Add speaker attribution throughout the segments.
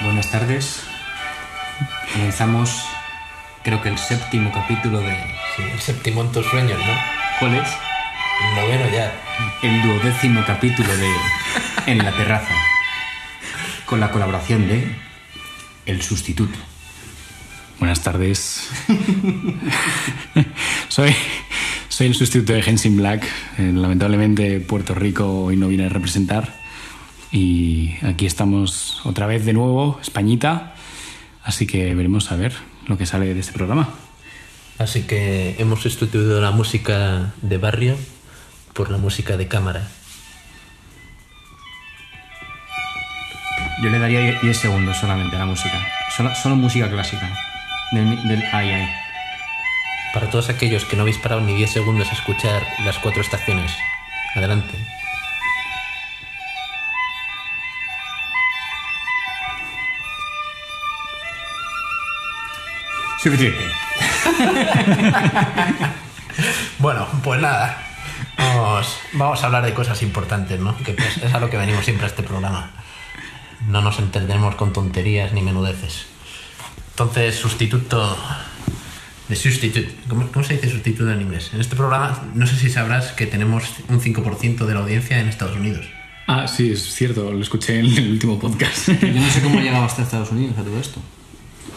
Speaker 1: Buenas tardes. Comenzamos, creo que el séptimo capítulo de.
Speaker 2: Sí, el séptimo en tus sueños, ¿no?
Speaker 1: ¿Cuál es?
Speaker 2: El noveno ya.
Speaker 1: El duodécimo capítulo de En la terraza. Con la colaboración de. El sustituto.
Speaker 3: Buenas tardes. soy, soy el sustituto de Hensin Black. Eh, lamentablemente Puerto Rico hoy no viene a representar. Y aquí estamos otra vez de nuevo, Españita. Así que veremos a ver lo que sale de este programa.
Speaker 2: Así que hemos sustituido la música de barrio por la música de cámara.
Speaker 1: Yo le daría 10 segundos solamente a la música. Solo, solo música clásica. Del, mi- del- ay, ay.
Speaker 2: Para todos aquellos que no habéis parado ni 10 segundos a escuchar las cuatro estaciones. Adelante.
Speaker 1: Suficiente.
Speaker 2: Bueno, pues nada. Vamos, vamos a hablar de cosas importantes, ¿no? Que pues, es a lo que venimos siempre a este programa. No nos entendemos con tonterías ni menudeces. Entonces, sustituto. De substitute. ¿Cómo, cómo se dice sustituto en inglés? En este programa, no sé si sabrás que tenemos un 5% de la audiencia en Estados Unidos.
Speaker 3: Ah, sí, es cierto, lo escuché en el último podcast.
Speaker 1: Yo no sé cómo llegaba hasta Estados Unidos a todo esto.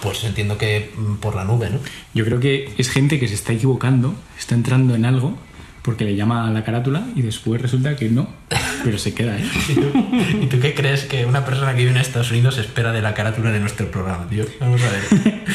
Speaker 2: Pues entiendo que mm, por la nube, ¿no?
Speaker 3: Yo creo que es gente que se está equivocando, está entrando en algo porque le llama a la carátula y después resulta que no, pero se queda, ¿eh?
Speaker 2: ¿Y tú, ¿Y tú qué crees que una persona que vive en Estados Unidos espera de la carátula de nuestro programa, tío? Vamos a ver.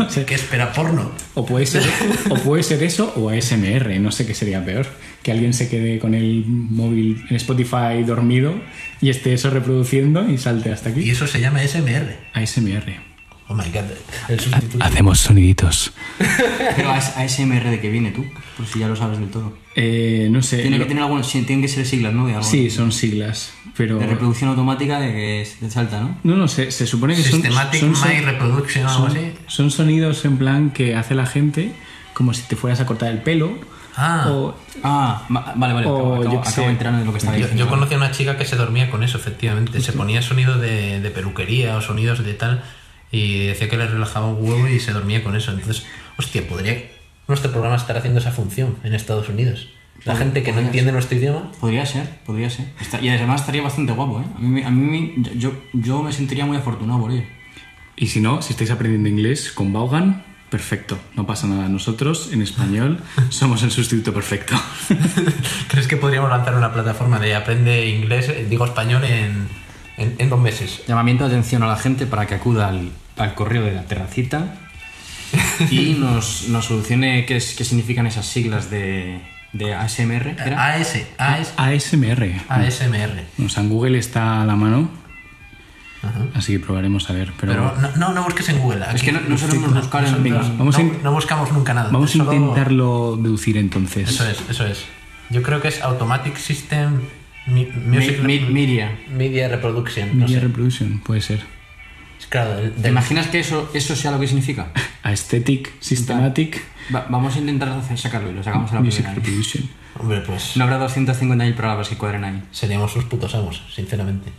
Speaker 2: O sea, ¿Qué espera porno?
Speaker 3: O puede ser, o puede ser eso o ASMR, no sé qué sería peor. Que alguien se quede con el móvil en Spotify dormido y esté eso reproduciendo y salte hasta
Speaker 2: Y
Speaker 3: aquí.
Speaker 2: eso se llama SMR.
Speaker 3: ASMR.
Speaker 2: Oh my god, Ah, el sustituto.
Speaker 3: Hacemos soniditos.
Speaker 1: Pero a, a SMR de que viene tú, por si ya lo sabes del todo.
Speaker 3: Eh, no sé.
Speaker 1: Tiene que
Speaker 3: lo-
Speaker 1: tener algún, sí, tienen que ser siglas, ¿no? De algo.
Speaker 3: Sí, son siglas, pero...
Speaker 1: De reproducción automática de que se te salta, ¿no?
Speaker 3: No, no, se, se supone Ah, que son...
Speaker 2: Systematic
Speaker 3: son-
Speaker 2: My Reproduction o algo
Speaker 3: son,
Speaker 2: así.
Speaker 3: son sonidos en plan que hace la gente como si te fueras a cortar el pelo.
Speaker 2: Ah.
Speaker 3: O,
Speaker 1: Ah, ma- vale, vale. Acabo,
Speaker 3: O
Speaker 1: acabo-
Speaker 3: yo qué
Speaker 1: acabo
Speaker 3: sé.
Speaker 1: de enterarme de lo que estaba
Speaker 2: Yo,
Speaker 1: diciendo.
Speaker 2: yo conocí a una chica que se dormía con eso, efectivamente. Se ponía sonido de, de peluquería o sonidos de tal y decía que le relajaba un huevo y se dormía con eso. Entonces, hostia, podría nuestro programa estar haciendo esa función en Estados Unidos.
Speaker 3: Oh,
Speaker 2: La gente que no entiende nuestro idioma
Speaker 1: Podría ser, podría ser. Está- y además estaría bastante guapo, ¿eh? A mí, me- a mí me- yo, yo me sentiría muy afortunado por ello.
Speaker 3: Y si no, si estáis aprendiendo inglés con Vaughan, perfecto, no pasa nada. Nosotros, en español, somos el sustituto perfecto.
Speaker 2: ¿Crees que podríamos lanzar una plataforma de aprende inglés, eh, digo español, en, en, en dos meses?
Speaker 1: Llamamiento de atención a la gente para que acuda al, al correo de la terracita y nos, nos solucione qué, es- qué significan esas siglas de, de ASMR.
Speaker 2: Ah,
Speaker 1: ¿era?
Speaker 2: AS, AS,
Speaker 3: ASMR.
Speaker 2: ASMR.
Speaker 3: O sea, en Google está a la mano,
Speaker 2: Ajá.
Speaker 3: así que probaremos a ver. Pero,
Speaker 2: Pero no, no, no busques en Google.
Speaker 1: Es que no, no solemos buscar en...
Speaker 2: no,
Speaker 3: vamos a
Speaker 2: no-
Speaker 3: in-
Speaker 2: no buscamos nunca nada.
Speaker 3: vamos a
Speaker 2: Solo-
Speaker 3: intentarlo deducir entonces.
Speaker 2: Eso es, eso es. Yo creo que es Automatic System Mi- Music
Speaker 1: Mi- mi- Miria.
Speaker 2: Media Reproduction. No
Speaker 3: Media
Speaker 2: sé.
Speaker 3: Reproduction, puede ser.
Speaker 2: Es Claro, el-
Speaker 1: ¿Te
Speaker 2: del-
Speaker 1: imaginas que eso, eso sea lo que significa?
Speaker 3: Aesthetic, Systematic,
Speaker 1: Va- vamos a intentar hacer- sacarlo y lo sacamos a la
Speaker 3: Music
Speaker 1: primera. ¿eh?
Speaker 3: Reproduction.
Speaker 2: Hombre, pues
Speaker 1: No habrá 250.000 palabras que cuadren ahí.
Speaker 2: seríamos sus putos amos, sinceramente.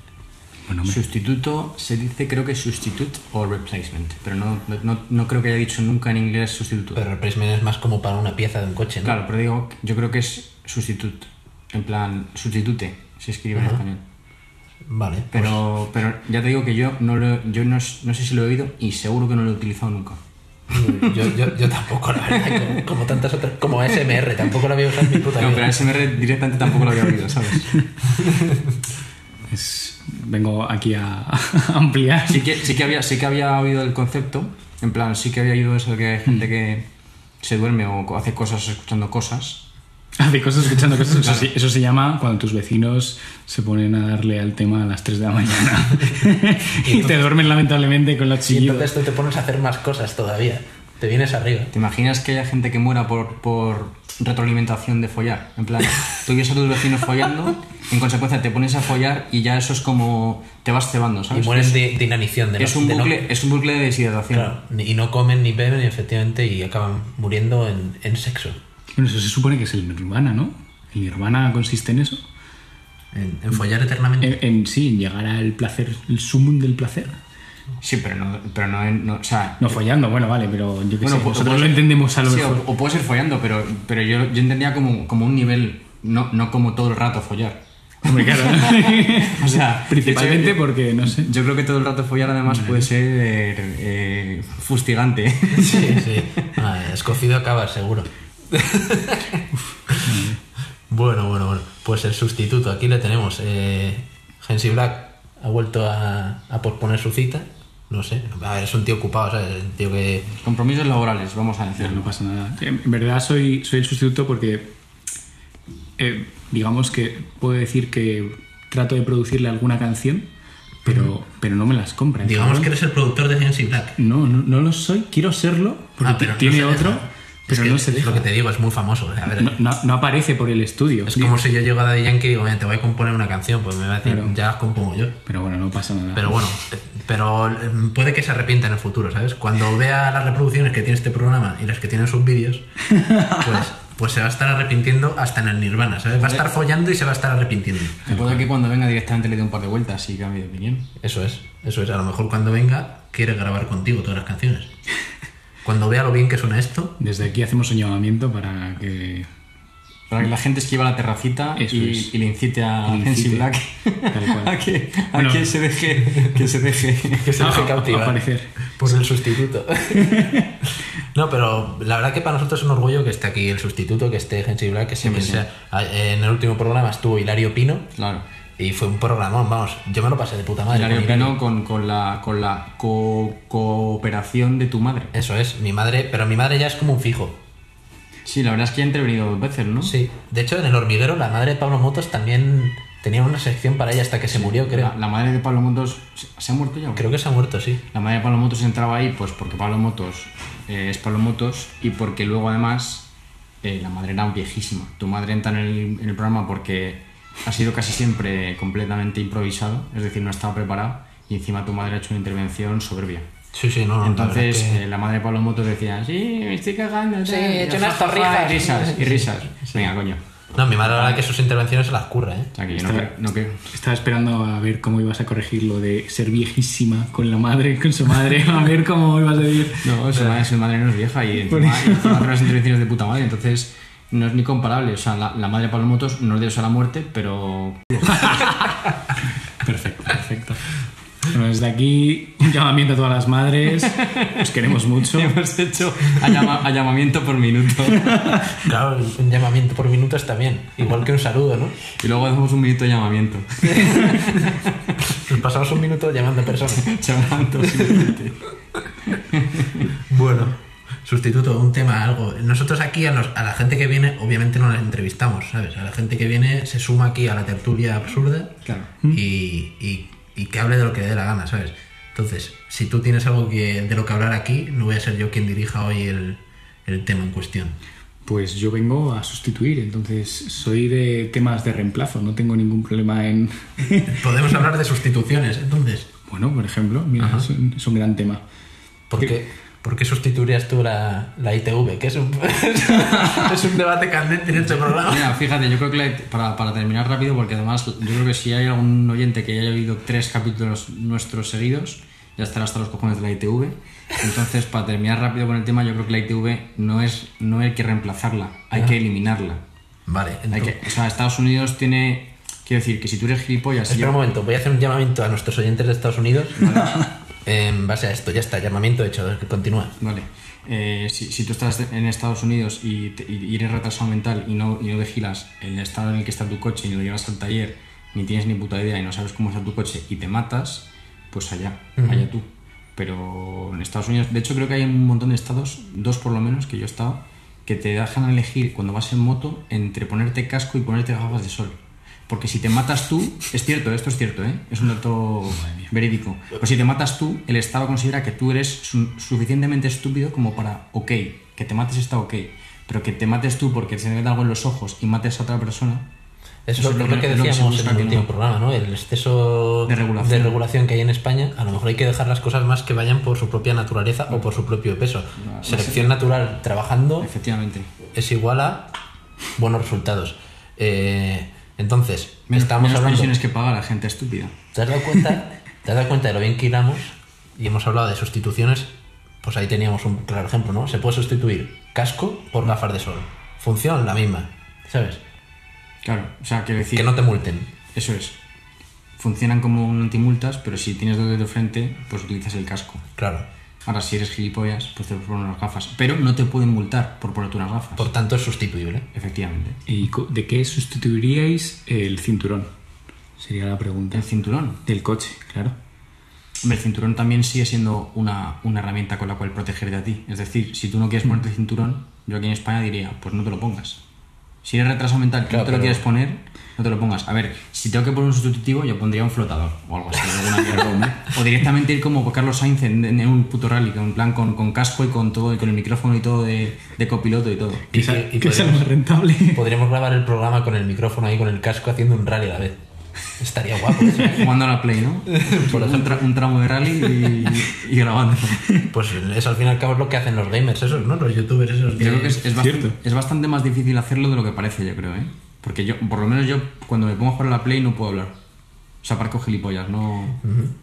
Speaker 3: Bueno, hombre,
Speaker 1: Sustituto se dice, creo que substitute o replacement, pero no, no- no, no creo que haya dicho nunca en inglés sustituto.
Speaker 2: Pero replacement es más como para una pieza de un coche, ¿no?
Speaker 1: claro, pero digo, yo creo que es sustitute, en plan, sustitute, se escribe en español.
Speaker 2: Vale. pues-
Speaker 1: Pero, pero ya te digo que yo, no, lo, yo no, s- no sé si lo he oído y seguro que no lo he utilizado nunca.
Speaker 2: Yo, yo, yo tampoco, la verdad, como, como tantas otras, como ASMR, tampoco la había usado en mi puta
Speaker 1: No, pero
Speaker 2: vida.
Speaker 1: ASMR directamente tampoco lo había oído, ¿sabes?
Speaker 3: es- vengo aquí a, a ampliar.
Speaker 1: Sí que, sí, que había, sí que había oído el concepto, en plan, sí que había oído eso de que hay gente que se duerme o co- hace cosas escuchando cosas.
Speaker 3: Hace cosas escuchando cosas. Eso, sí- eso se llama cuando tus vecinos se ponen a darle al tema a las 3 de la mañana. y, te duermen lamentablemente con los
Speaker 2: Y
Speaker 3: chillidos.
Speaker 2: entonces tú te pones a hacer más cosas todavía. Te vienes arriba.
Speaker 1: ¿Te imaginas que haya gente que muera por, por retroalimentación de follar. En plan, tú ves a tus vecinos follando, en consecuencia te pones a follar y ya eso es como te vas cebando,
Speaker 2: Y
Speaker 1: ¿sabes?
Speaker 2: mueren
Speaker 1: es,
Speaker 2: de, de inanición. De no-
Speaker 1: es un
Speaker 2: de no-
Speaker 1: bucle, es un bucle de deshidratación.
Speaker 2: claro, ni- y no comen ni beben, y efectivamente, y acaban muriendo en, en sexo.
Speaker 3: Bueno, eso se supone que es el nirvana, ¿no? El nirvana consiste en eso.
Speaker 2: En, en follar eternamente.
Speaker 3: En, en sí, en llegar al placer, el sumum del placer.
Speaker 1: Sí, pero no, pero no, en- no- o sea,
Speaker 3: No follando, bueno, vale, pero yo qué
Speaker 1: Bueno,
Speaker 3: sé,
Speaker 1: pu-
Speaker 3: nosotros
Speaker 1: puede
Speaker 3: lo
Speaker 1: ser-
Speaker 3: entendemos a lo
Speaker 1: sí,
Speaker 3: mejor.
Speaker 1: o, o puedes ir follando, pero, pero yo, yo entendía como, como un nivel, no, no como todo el rato follar.
Speaker 3: Hombre, claro.
Speaker 1: O sea,
Speaker 3: Principalmente
Speaker 1: de hecho,
Speaker 3: porque, no sé.
Speaker 1: Yo creo que todo el rato follar además puede ser eh, fustigante.
Speaker 2: Sí, sí. Ah, escocido acaba, seguro. bueno, bueno, bueno. Pues el sustituto, aquí le tenemos. Eh, Gensi Black ha vuelto a, a posponer su cita. No sé. A ver, es un tío ocupado, ¿sabes? Es un tío que.
Speaker 1: Compromisos laborales, vamos a decirlo.
Speaker 3: No pasa nada. En en verdad soy, soy el sustituto porque, eh, digamos que puedo decir que trato de producirle alguna canción, pero, pero no me las compra. ¿eh?
Speaker 2: Digamos que eres el productor de Gensi Black.
Speaker 3: No, no, no lo soy, quiero serlo, porque
Speaker 2: Ah, pero no
Speaker 3: tiene
Speaker 2: se deja.
Speaker 3: otro, pero
Speaker 2: es que
Speaker 3: no se
Speaker 2: es
Speaker 3: deja.
Speaker 2: Lo que te digo es muy famoso. A ver,
Speaker 3: No, no- no aparece por el estudio.
Speaker 2: es como si yo llego a Daddy Yankee y digo, "Mira, te voy a componer una canción. Pues me va a decir,
Speaker 3: Claro.
Speaker 2: ya las compongo yo.
Speaker 3: Pero bueno, no pasa nada.
Speaker 2: Pero bueno, eh, pero eh, puede que se arrepienta en el futuro, ¿sabes? Cuando vea las reproducciones que tiene este programa y las que tienen sus vídeos, pues, pues se va a estar arrepintiendo hasta en el nirvana, ¿sabes? Va a estar follando y se va a estar arrepintiendo.
Speaker 1: Me puede que cuando venga directamente le dé un par de vueltas y cambie de opinión.
Speaker 2: Eso es, eso es. A lo mejor cuando venga quiere grabar contigo todas las canciones. Cuando vea lo bien que suena esto,
Speaker 3: Desde aquí hacemos un llamamiento para que
Speaker 1: Para que la gente esquiva la terracita
Speaker 3: Eso
Speaker 1: y,
Speaker 3: es.
Speaker 1: y le incite a
Speaker 3: Le incite.
Speaker 1: Hensi Black
Speaker 3: Tal cual.
Speaker 1: a, que, a
Speaker 3: Bueno.
Speaker 1: que se deje. Que se deje.
Speaker 2: que se deje
Speaker 3: Ah,
Speaker 2: cautivar
Speaker 3: aparecer.
Speaker 2: por el sustituto. No, pero la verdad que para nosotros es un orgullo que esté aquí el sustituto, que esté Gensi Black, que siempre
Speaker 1: sí.
Speaker 2: sea. Ah, En el último programa estuvo Hilario Pino,
Speaker 1: Claro.
Speaker 2: Y fue un programón, vamos. Yo me lo pasé de puta madre.
Speaker 1: Hilario
Speaker 2: con Hilario.
Speaker 1: Pino con, con la, con la co- cooperación de tu madre.
Speaker 2: Eso es, mi madre, pero mi madre ya es como un fijo.
Speaker 1: Sí, la verdad es que ha intervenido dos veces, ¿no?
Speaker 2: Sí. De hecho, en El Hormiguero, la madre de Pablo Motos también tenía una sección para ella hasta que se murió, creo.
Speaker 1: La, la madre de Pablo Motos. ¿se- ¿Se ha muerto ya? o qué?
Speaker 2: Creo que se ha muerto, sí.
Speaker 1: La madre de Pablo Motos entraba ahí, pues porque Pablo Motos eh, es Pablo Motos y porque luego además eh, la madre era viejísima. Tu madre entra en el, en el programa porque ha sido casi siempre completamente improvisado, es decir, no estaba preparado y encima tu madre ha hecho una intervención soberbia.
Speaker 2: Sí, sí, no, no. la
Speaker 1: Entonces
Speaker 2: verdad que-
Speaker 1: eh, la madre de Pablo Motos decía, sí, me estoy cagando.
Speaker 2: Sí,
Speaker 1: tal",
Speaker 2: he hecho
Speaker 1: ja,
Speaker 2: unas
Speaker 1: ja, ja,
Speaker 2: torrijas.
Speaker 1: Y risas, y risas. Venga, coño.
Speaker 2: No, mi madre, la verdad que sus intervenciones se las curra, ¿eh?
Speaker 1: O sea, que yo no
Speaker 3: Está-
Speaker 1: creo- no creo-
Speaker 3: Estaba esperando a ver cómo ibas a corregir lo de ser viejísima con la madre, con su madre, a ver cómo ibas a decir.
Speaker 1: No, su madre, su madre no es vieja y encima, y encima hace unas intervenciones de puta madre, entonces no es ni comparable. O sea, la, la madre de Pablo Motos no le dio a la muerte, pero.
Speaker 3: Perfecto, perfecto. Bueno, desde aquí, un llamamiento a todas las madres. Os queremos mucho.
Speaker 1: Hemos hecho a, llama- a llamamiento por minuto.
Speaker 2: Claro, un llamamiento por minuto está bien. Igual que un saludo, ¿no?
Speaker 1: Y luego hacemos un minuto de llamamiento.
Speaker 2: Nos pasamos un minuto llamando a personas.
Speaker 1: Llamando simplemente.
Speaker 2: Bueno, sustituto, un tema, algo. Nosotros aquí a, los- a la gente que viene, obviamente no la entrevistamos, ¿sabes? A la gente que viene se suma aquí a la tertulia absurda
Speaker 1: Claro.
Speaker 2: y, y- y que hable de lo que le dé la gana, ¿sabes? Entonces, si tú tienes algo que, de lo que hablar aquí, no voy a ser yo quien dirija hoy el, el tema en cuestión.
Speaker 3: Pues yo vengo a sustituir, entonces soy de temas de reemplazo, no tengo ningún problema en.
Speaker 2: Podemos hablar de sustituciones, entonces.
Speaker 3: Bueno, por ejemplo, mira, es un, es un gran tema.
Speaker 2: ¿Por qué, por qué sustituirías tú la, la ITV? Que es un, es un debate candente en este programa.
Speaker 1: Mira, fíjate, yo creo que la- para, para terminar rápido, porque además yo creo que si hay algún oyente que haya oído tres capítulos nuestros seguidos, ya estará hasta los cojones de la ITV. Entonces, para terminar rápido con el tema, yo creo que la ITV no es no hay que reemplazarla, hay que eliminarla.
Speaker 2: Vale,
Speaker 1: Hay
Speaker 2: entonces-
Speaker 1: que- o sea, Estados Unidos tiene. Quiero decir que si tú eres gilipollas. y
Speaker 2: Espera un momento, voy a hacer un llamamiento a nuestros oyentes de Estados Unidos en base a esto. Ya está, llamamiento hecho, que continúa.
Speaker 1: Vale. Eh, si, si tú estás en Estados Unidos y, te- y eres retrasado mental y no, y no vigilas el estado en el que está tu coche y lo llevas al taller, ni tienes ni puta idea y no sabes cómo está tu coche y te matas, pues allá, allá tú. Pero en Estados Unidos, de hecho creo que hay un montón de estados, dos por lo menos que yo he estado, que te dejan elegir cuando vas en moto entre ponerte casco y ponerte gafas de sol. Porque si te matas tú, es cierto, esto es cierto, ¿eh? es un dato verídico. Pero si te matas tú, el Estado considera que tú eres su- suficientemente estúpido como para, ok, que te mates está ok. Pero que te mates tú porque se te mete algo en los ojos y mates a otra persona.
Speaker 2: Eso, es lo, lo que
Speaker 1: es lo que se
Speaker 2: decíamos en
Speaker 1: busca
Speaker 2: el
Speaker 1: que
Speaker 2: último
Speaker 1: no.
Speaker 2: programa, ¿no? El exceso
Speaker 1: De regulación.
Speaker 2: regulación que hay en España, a lo mejor hay que dejar las cosas más que vayan por su propia naturaleza o por su propio peso.
Speaker 1: no sé.
Speaker 2: Selección natural trabajando
Speaker 1: Efectivamente.
Speaker 2: es igual a buenos resultados. Eh, entonces,
Speaker 1: Menos,
Speaker 2: estábamos
Speaker 1: menos
Speaker 2: hablando.
Speaker 1: pensiones que paga la gente estúpida.
Speaker 2: ¿Te has dado cuenta? ¿Te has dado cuenta de lo bien que hilamos? Y hemos hablado de sustituciones. Pues ahí teníamos un claro ejemplo, ¿no? Se puede sustituir casco por gafas de sol. Función la misma, ¿sabes?
Speaker 1: Claro, o sea, quiero decir,
Speaker 2: Que no te multen.
Speaker 1: eso es. Funcionan como un antimultas, pero si tienes dos de frente, pues utilizas el casco.
Speaker 2: Claro.
Speaker 1: Ahora, si eres gilipollas, pues te pones unas gafas. Pero no te pueden multar por ponerte unas gafas.
Speaker 2: Por tanto, es sustituible.
Speaker 1: Efectivamente.
Speaker 3: ¿Y co- de qué sustituiríais el cinturón? Sería la pregunta.
Speaker 1: El cinturón.
Speaker 3: Del coche, claro.
Speaker 1: Hombre, el cinturón también sigue siendo una, una herramienta con la cual protegerte a ti. Es decir, si tú no
Speaker 2: Mm.
Speaker 1: quieres ponerte el cinturón, yo aquí en España diría, pues no te lo pongas. Si eres retraso mental y
Speaker 2: Claro,
Speaker 1: no te lo
Speaker 2: pero-
Speaker 1: quieres poner, no te lo pongas. A ver, si tengo que poner un sustitutivo, yo pondría un flotador o algo así. alguna mierda, hombre. o directamente ir como Carlos Sainz en, en un puto rally, en plan con, con casco y con todo, y con el micrófono y todo de, de copiloto y todo.
Speaker 2: Y,
Speaker 3: sea-
Speaker 2: y- y
Speaker 3: que sea lo
Speaker 2: podríamos,
Speaker 3: más rentable.
Speaker 2: podríamos grabar el programa con el micrófono ahí, con el casco, haciendo un rally a la vez. Estaría guapo. eso.
Speaker 1: Jugando a la Play, ¿no? un, tra- un tramo de rally y, y grabando.
Speaker 2: Pues eso al fin y al cabo es lo que hacen los gamers, esos, ¿no? Los youtubers, esos. de-
Speaker 1: Yo creo que es, es
Speaker 3: Cierto.
Speaker 1: bastante, es bastante más difícil hacerlo de lo que parece, yo creo, ¿eh? Porque yo, por lo menos yo, cuando me pongo a jugar a la Play no puedo hablar. O sea, parco gilipollas, no...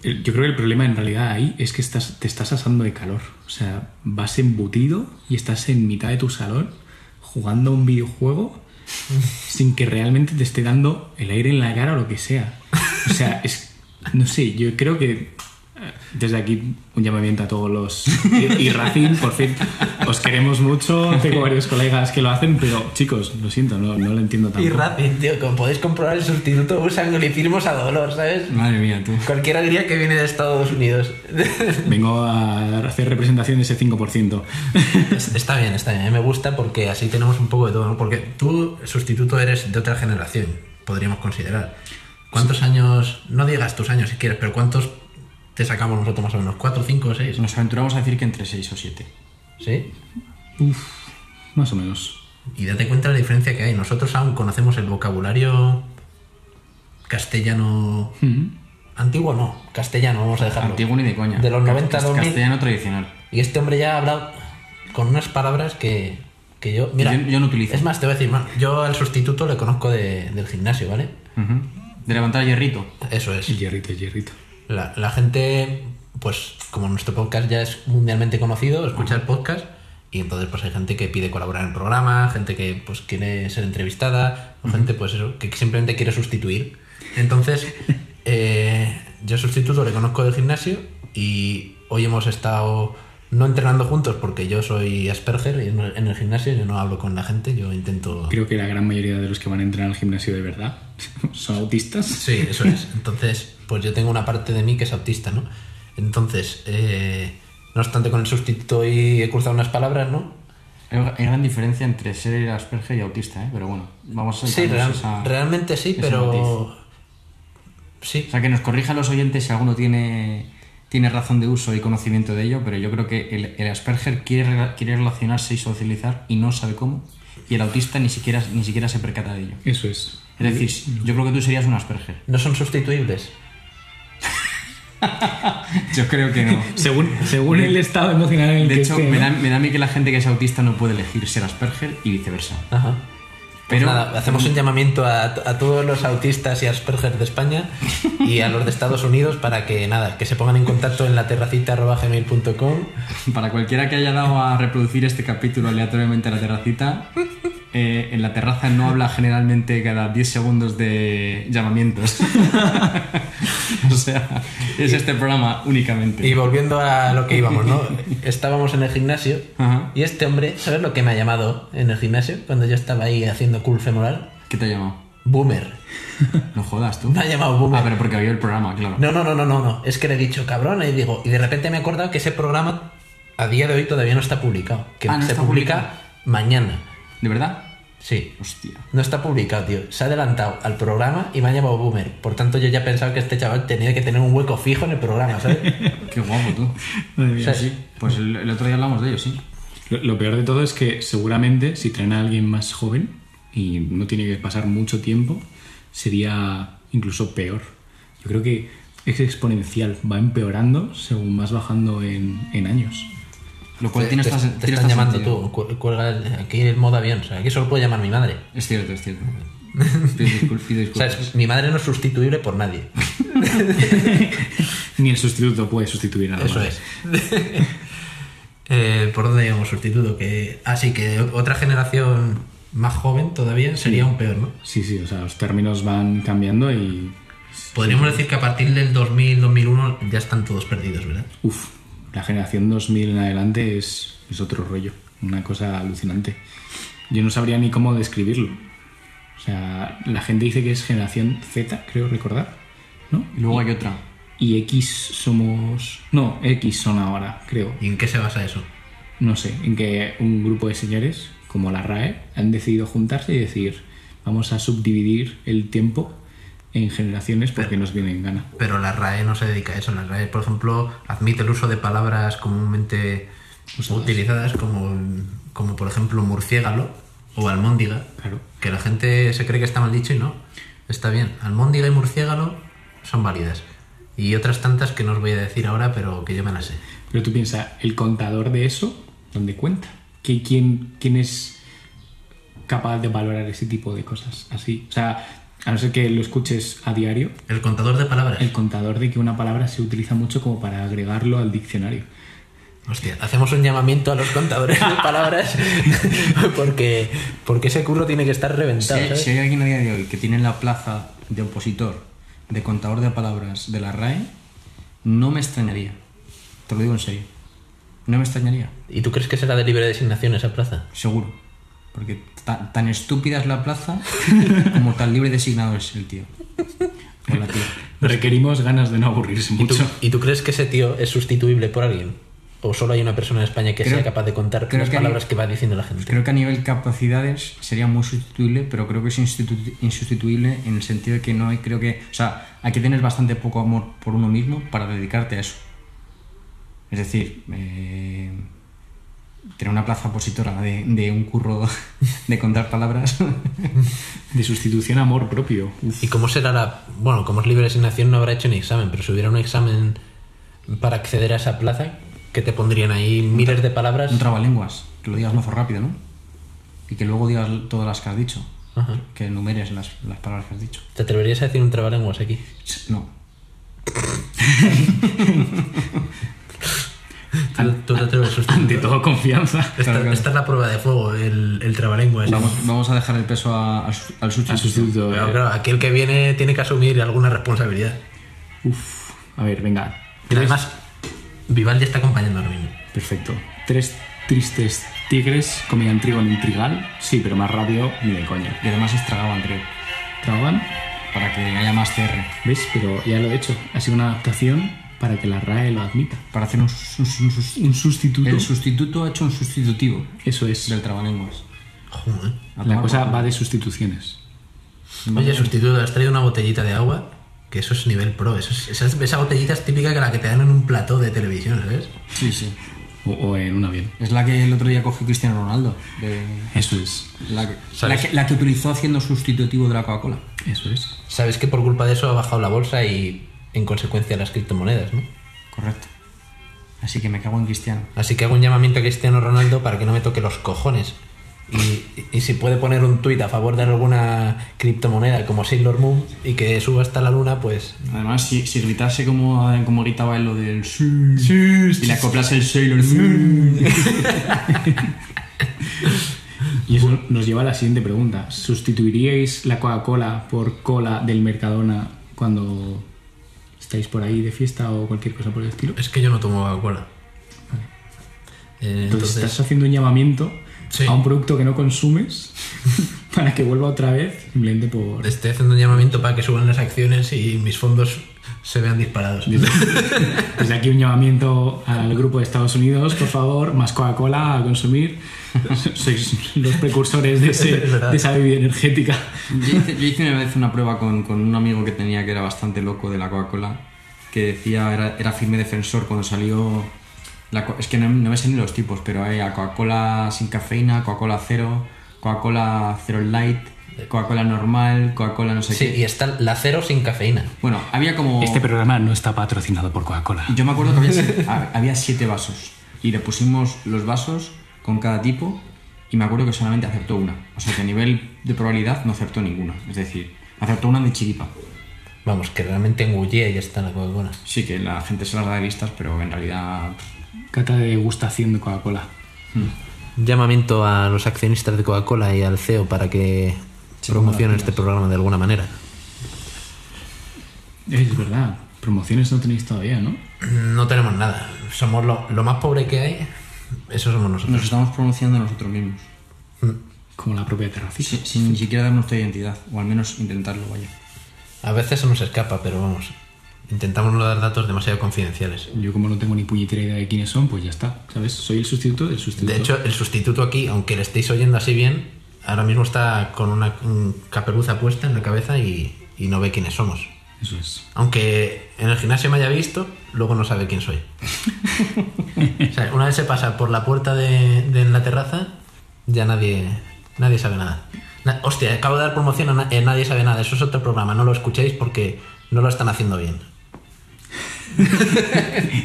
Speaker 3: El- Yo creo que el problema en realidad ahí es que estás, te estás asando de calor. O sea, vas embutido y estás en mitad de tu salón jugando a un videojuego sin que realmente te esté dando el aire en la cara o lo que sea. O sea, es, no sé, yo creo que eh, desde aquí un llamamiento a todos los... Y, y Racing, por fin, os queremos mucho. Tengo varios colegas que lo hacen, pero chicos, lo siento, no, no lo entiendo
Speaker 2: Y
Speaker 3: tampoco.
Speaker 2: Rapid, tío, como podéis comprobar, el sustituto usa anglicismos a dolor, ¿sabes?
Speaker 1: Madre mía, tú.
Speaker 2: Cualquiera diría que viene de Estados Unidos.
Speaker 3: Vengo a hacer representación de ese 5%.
Speaker 2: está bien, está bien. A mí me gusta porque así tenemos un poco de todo, ¿no? Porque tú, sustituto, eres de otra generación, podríamos considerar. ¿Cuántos años? No digas tus años si quieres, pero ¿cuántos te sacamos nosotros más o menos? ¿Cuatro, cinco, seis?
Speaker 1: Nos aventuramos a decir que entre 6 o 7.
Speaker 2: ¿Sí?
Speaker 3: Más o menos.
Speaker 2: Y date cuenta de la diferencia que hay. Nosotros aún conocemos el vocabulario castellano... Antiguo no, castellano, vamos a dejarlo.
Speaker 1: Antiguo ni de coña.
Speaker 2: De los
Speaker 1: Cas-
Speaker 2: 90 a
Speaker 1: cas-
Speaker 2: 2000.
Speaker 1: Castellano tradicional.
Speaker 2: Y este hombre ya ha hablado con unas palabras que, que yo... Mira,
Speaker 1: Yo- yo no utilizo.
Speaker 2: Es más, te voy a decir, más. yo al sustituto le conozco de- del gimnasio, ¿vale?
Speaker 1: Ujú. De levantar hierrito.
Speaker 2: Eso es.
Speaker 3: El hierrito, el hierrito.
Speaker 2: La, la gente, pues como nuestro podcast ya es mundialmente conocido, escucha el podcast y entonces pues hay gente que pide colaborar en el programa, gente que pues quiere ser entrevistada, o gente pues eso, que simplemente quiere sustituir. Entonces, eh, yo sustituto, le conozco del gimnasio y hoy hemos estado no entrenando juntos porque yo soy Asperger y en el- en el gimnasio yo no hablo con la gente, yo intento...
Speaker 3: Creo que la gran mayoría de los que van a entrenar al gimnasio de verdad son autistas.
Speaker 2: Sí, eso es. Entonces, pues yo tengo una parte de mí que es autista, ¿no? Entonces, eh, no obstante, con el sustituto y he cruzado unas palabras, ¿no?
Speaker 1: Hay hay gran diferencia entre ser Asperger y autista, ¿eh? Pero bueno, vamos a
Speaker 2: Sí,
Speaker 1: saltarnos
Speaker 2: real-
Speaker 1: esa-
Speaker 2: realmente sí,
Speaker 1: ese
Speaker 2: pero...
Speaker 1: matiz.
Speaker 2: Sí,
Speaker 1: O sea, que nos corrijan los oyentes si alguno tiene, tiene razón de uso y conocimiento de ello, pero yo creo que el, el Asperger quiere, rela- quiere relacionarse y socializar y no sabe cómo, y el autista ni siquiera, ni siquiera se percata de ello.
Speaker 3: Eso es.
Speaker 1: Es decir, yo creo que tú serías un Asperger.
Speaker 2: no son sustituibles.
Speaker 1: Yo creo que no.
Speaker 3: Según, según el estado emocional en el
Speaker 1: De
Speaker 3: que
Speaker 1: hecho,
Speaker 3: esté,
Speaker 1: me
Speaker 3: ¿no?
Speaker 1: da, me da a mí que la gente que es autista no puede elegir ser Asperger y viceversa.
Speaker 2: Ajá. Pues
Speaker 1: Pero- mm.
Speaker 2: nada, hacemos un llamamiento a, a todos los autistas y Asperger de España y a los de Estados Unidos para que nada, que se pongan en contacto en la terracita.gmail.com
Speaker 1: Para cualquiera que haya dado a reproducir este capítulo aleatoriamente en la terracita, eh, en la terraza no habla generalmente cada 10 segundos de llamamientos. o sea, es este programa únicamente.
Speaker 2: Y volviendo a lo que íbamos, ¿no? Estábamos en el gimnasio
Speaker 1: Ajá.
Speaker 2: y este hombre, ¿sabes lo que me ha llamado en el gimnasio? Cuando yo estaba ahí haciendo cool femoral.
Speaker 1: ¿Qué te ha llamado?
Speaker 2: Boomer.
Speaker 1: No jodas tú.
Speaker 2: Me ha llamado
Speaker 1: Ah,
Speaker 2: Boomer.
Speaker 1: pero porque había el programa, claro.
Speaker 2: No, no, no, no, no, no. Es que le he dicho cabrón y digo, y de repente me he acordado que ese programa a día de hoy todavía no está publicado. Que
Speaker 1: Ah, no
Speaker 2: se
Speaker 1: está
Speaker 2: publica
Speaker 1: publicado.
Speaker 2: mañana.
Speaker 1: ¿De verdad?
Speaker 2: Sí.
Speaker 1: Hostia.
Speaker 2: No está publicado, tío. Se ha adelantado al programa y me ha llamado Boomer. Por tanto, yo ya pensaba que este chaval tenía que tener un hueco fijo en el programa, ¿sabes?
Speaker 1: Qué guapo tú.
Speaker 3: Madre mía.
Speaker 2: O sea,
Speaker 1: Sí, pues el, el otro día hablamos de ello, sí.
Speaker 3: Lo, lo peor de todo es que seguramente si traen a alguien más joven y no tiene que pasar mucho tiempo, sería incluso peor. Yo creo que es exponencial, va empeorando según vas bajando en, en años.
Speaker 1: Lo cual
Speaker 2: Te-
Speaker 1: Pues tiene
Speaker 2: te,
Speaker 1: hasta-
Speaker 2: te
Speaker 1: tiene
Speaker 2: están
Speaker 1: hasta
Speaker 2: llamando
Speaker 1: sentido.
Speaker 2: tú. cu- Cuelga el- aquí el modo avión. o sea, aquí solo puede llamar mi madre.
Speaker 1: Es cierto, es cierto. Pido, discul- pido
Speaker 2: O sea,
Speaker 1: disculpas.
Speaker 2: es- mi madre no es sustituible por nadie.
Speaker 3: Ni el sustituto puede sustituir a la
Speaker 2: Eso
Speaker 3: madre.
Speaker 2: es. Eh, ¿Por dónde llevamos sustituto? Que, así que otra generación más joven todavía sería un peor, ¿no?
Speaker 3: Sí, sí, o sea, los términos van cambiando y.
Speaker 2: Podríamos decir que a partir del 2000-2001 ya están todos perdidos, ¿verdad?
Speaker 3: Uf, la generación 2000 en adelante es, es otro rollo, una cosa alucinante. Yo no sabría ni cómo describirlo. O sea, la gente dice que es generación Z, creo recordar, ¿no?
Speaker 1: Y luego hay otra.
Speaker 3: Y X somos. No, X son ahora, creo.
Speaker 2: ¿Y en qué se basa eso?
Speaker 3: no sé, en que un grupo de señores, como la RAE, han decidido juntarse y decir, vamos a subdividir el tiempo en generaciones porque nos viene en gana.
Speaker 2: Pero la RAE no se dedica a eso. La RAE, por ejemplo, admite el uso de palabras comúnmente utilizadas como, como, por ejemplo, murciégalo o almóndiga.
Speaker 3: Claro.
Speaker 2: Que la gente se cree que está mal dicho y no. Está bien. Almóndiga y murciégalo son válidas. Y otras tantas que no os voy a decir ahora, pero que yo me las sé.
Speaker 3: Pero tú piensa, el contador de eso, ¿dónde cuenta? ¿Qui- ¿Quién, quién es capaz de valorar ese tipo de cosas así? O sea, a no ser que lo escuches a diario,
Speaker 2: El contador de palabras.
Speaker 3: el contador de que una palabra se utiliza mucho como para agregarlo al diccionario.
Speaker 2: Hostia, hacemos un llamamiento a los contadores de palabras porque, porque ese curro tiene que estar reventado.
Speaker 1: Si,
Speaker 2: ¿sabes?
Speaker 1: si hay alguien a día de hoy que tiene la plaza de opositor, de contador de palabras de la RAE, no me extrañaría. Te lo digo en serio. No me extrañaría,
Speaker 2: ¿Y tú crees que será de libre designación esa plaza?
Speaker 1: seguro. Porque ta- tan estúpida es la plaza como tan libre designado es el tío. O la tía.
Speaker 3: Requerimos ganas de no aburrirse
Speaker 2: ¿Y tú,
Speaker 3: mucho.
Speaker 2: y tú crees que ese tío es sustituible por alguien? ¿O solo hay una persona en España que
Speaker 1: Creo-
Speaker 2: sea capaz de contar
Speaker 1: creo
Speaker 2: las
Speaker 1: que hay-
Speaker 2: palabras que va diciendo la gente?
Speaker 1: Creo que a nivel capacidades sería muy sustituible, pero creo que es institu- insustituible en el sentido de que no hay, creo que, o sea, hay que tener bastante poco amor por uno mismo para dedicarte a eso. Es decir, eh, tener una plaza opositora de, de un curro de contar palabras.
Speaker 3: De sustitución a amor propio. Uf.
Speaker 2: ¿Y cómo será la...? Bueno, como es libre designación no habrá hecho ni examen, pero si hubiera un examen para acceder a esa plaza, que te pondrían ahí miles de palabras?
Speaker 1: Un trabalenguas, que lo digas no rápido, ¿no? Y que luego digas todas las que has dicho,
Speaker 2: Ajá.
Speaker 1: que enumeres las, las palabras que has dicho.
Speaker 2: ¿Te atreverías a decir un trabalenguas aquí?
Speaker 1: No,
Speaker 2: ¿Tú, tú te atreves a
Speaker 3: Ante
Speaker 2: sustituir?
Speaker 3: todo, confianza.
Speaker 2: Esta,
Speaker 1: claro.
Speaker 2: esta es la prueba de fuego, el, el trabalenguas.
Speaker 1: vamos, vamos a dejar el peso a- al su- al
Speaker 3: Al
Speaker 1: sustituto.
Speaker 3: sustituto.
Speaker 2: Pero
Speaker 3: eh.
Speaker 2: claro, aquí el que viene tiene que asumir alguna responsabilidad.
Speaker 3: Uf, a ver, venga.
Speaker 2: Y además, Vivaldi está acompañando ahora mismo.
Speaker 3: Perfecto. Tres tristes tigres comían trigo en un trigal. Sí, pero más rápido ni de coña.
Speaker 1: Y además estragaban, creo.
Speaker 3: Tragaban,
Speaker 1: para que haya más CR,
Speaker 3: ¿ves? Pero ya lo he hecho. Ha sido una adaptación para que la RAE lo admita.
Speaker 1: para hacer un, sus- un sus- un sus-
Speaker 3: Un sustituto.
Speaker 1: El sustituto ha hecho un sustitutivo
Speaker 3: Eso es.
Speaker 1: del trabalenguas.
Speaker 2: Joder.
Speaker 1: A
Speaker 3: La
Speaker 1: tomar
Speaker 3: cosa
Speaker 1: por
Speaker 3: va de sustituciones.
Speaker 2: Oye, sustituto, has traído una botellita de agua, que eso es nivel pro. Eso es- esa, esa botellita es típica que la que te dan en un plató de televisión, ¿sabes?
Speaker 1: culo. Sí, sí.
Speaker 3: O, o en un avión.
Speaker 1: Es la que el otro día cogió Cristiano Ronaldo. de-
Speaker 3: Eso es.
Speaker 1: la, que, la,
Speaker 2: ¿Sabes?
Speaker 1: que, la que utilizó haciendo sustitutivo de la Coca-Cola.
Speaker 3: Eso es.
Speaker 2: Sabes que por culpa de eso ha bajado la bolsa y en consecuencia las criptomonedas, ¿no?
Speaker 1: Correcto. Así que me cago en Cristiano.
Speaker 2: Así que hago un llamamiento a Cristiano Ronaldo para que no me toque los cojones. Y, y si puede poner un tuit a favor de alguna criptomoneda como Sailor Moon y que suba hasta la luna, pues
Speaker 1: Además, si, si gritase como, como gritaba él lo del sí, y le acoplase el Sailor sí.
Speaker 3: Y eso nos lleva a la siguiente pregunta. ¿Sustituiríais la Coca-Cola por cola del Mercadona cuando estáis por ahí de fiesta o cualquier cosa por el estilo?
Speaker 2: Es que yo no tomo Coca-Cola. Eh,
Speaker 3: Entonces,
Speaker 2: entonces,
Speaker 3: estás haciendo un llamamiento
Speaker 2: Sí.
Speaker 3: a un producto que no consumes para que vuelva otra vez, simplemente por...
Speaker 2: estoy haciendo un llamamiento para que suban las acciones y mis fondos se vean disparados.
Speaker 3: Desde aquí un llamamiento al grupo de Estados Unidos, por favor, más Coca-Cola a consumir. Sois los precursores de, ese-
Speaker 2: Es verdad.
Speaker 3: de esa bebida energética.
Speaker 1: Yo hice, yo hice una vez una prueba con, con un amigo que tenía que era bastante loco de la Coca-Cola, que decía, era, era firme defensor cuando salió La co- es que no, no me sé ni los tipos, pero hay a Coca-Cola sin cafeína, Coca-Cola cero, Coca-Cola cero light, Coca-Cola normal, Coca-Cola no sé
Speaker 2: Sí,
Speaker 1: qué.
Speaker 2: y está la cero sin cafeína.
Speaker 1: Bueno, había como...
Speaker 3: Este programa no está patrocinado por Coca-Cola.
Speaker 1: Yo me acuerdo que había siete, a- había siete vasos y le pusimos los vasos con cada tipo y me acuerdo que solamente acertó una. O sea que a nivel de probabilidad no acertó ninguna. Es decir, acertó una de chiripa.
Speaker 2: Vamos, que realmente engullía y ya está la Coca-Cola.
Speaker 1: Sí que la gente se las da de vistas, pero en realidad...
Speaker 3: Cata de degustación de Coca-Cola.
Speaker 2: Llamamiento a los accionistas de Coca-Cola y al CEO para que promocionen este programa de alguna manera.
Speaker 3: Es verdad, promociones no tenéis todavía, ¿no?
Speaker 2: No tenemos nada. Somos lo, lo más pobre que hay. Eso somos nosotros.
Speaker 1: Nos estamos pronunciando nosotros mismos.
Speaker 3: Como la propia terracita.
Speaker 1: Sin, sin ni siquiera darnos nuestra identidad, o al menos intentarlo, vaya.
Speaker 2: A veces se nos escapa, pero vamos. Intentamos no dar datos demasiado confidenciales.
Speaker 3: Yo como no tengo ni puñetera idea de quiénes son, pues ya está, ¿sabes? Soy el sustituto del sustituto.
Speaker 2: De hecho, el sustituto aquí, aunque le estéis oyendo así bien, ahora mismo está con una un caperuza puesta en la cabeza y, y no ve quiénes somos.
Speaker 3: Eso es.
Speaker 2: Aunque en el gimnasio me haya visto, luego no sabe quién soy. O sea, una vez se pasa por la puerta de, de en la terraza, ya nadie, nadie sabe nada. Na- hostia, acabo de dar promoción a na- eh, Nadie Sabe Nada. Eso es otro programa, no lo escuchéis porque no lo están haciendo bien.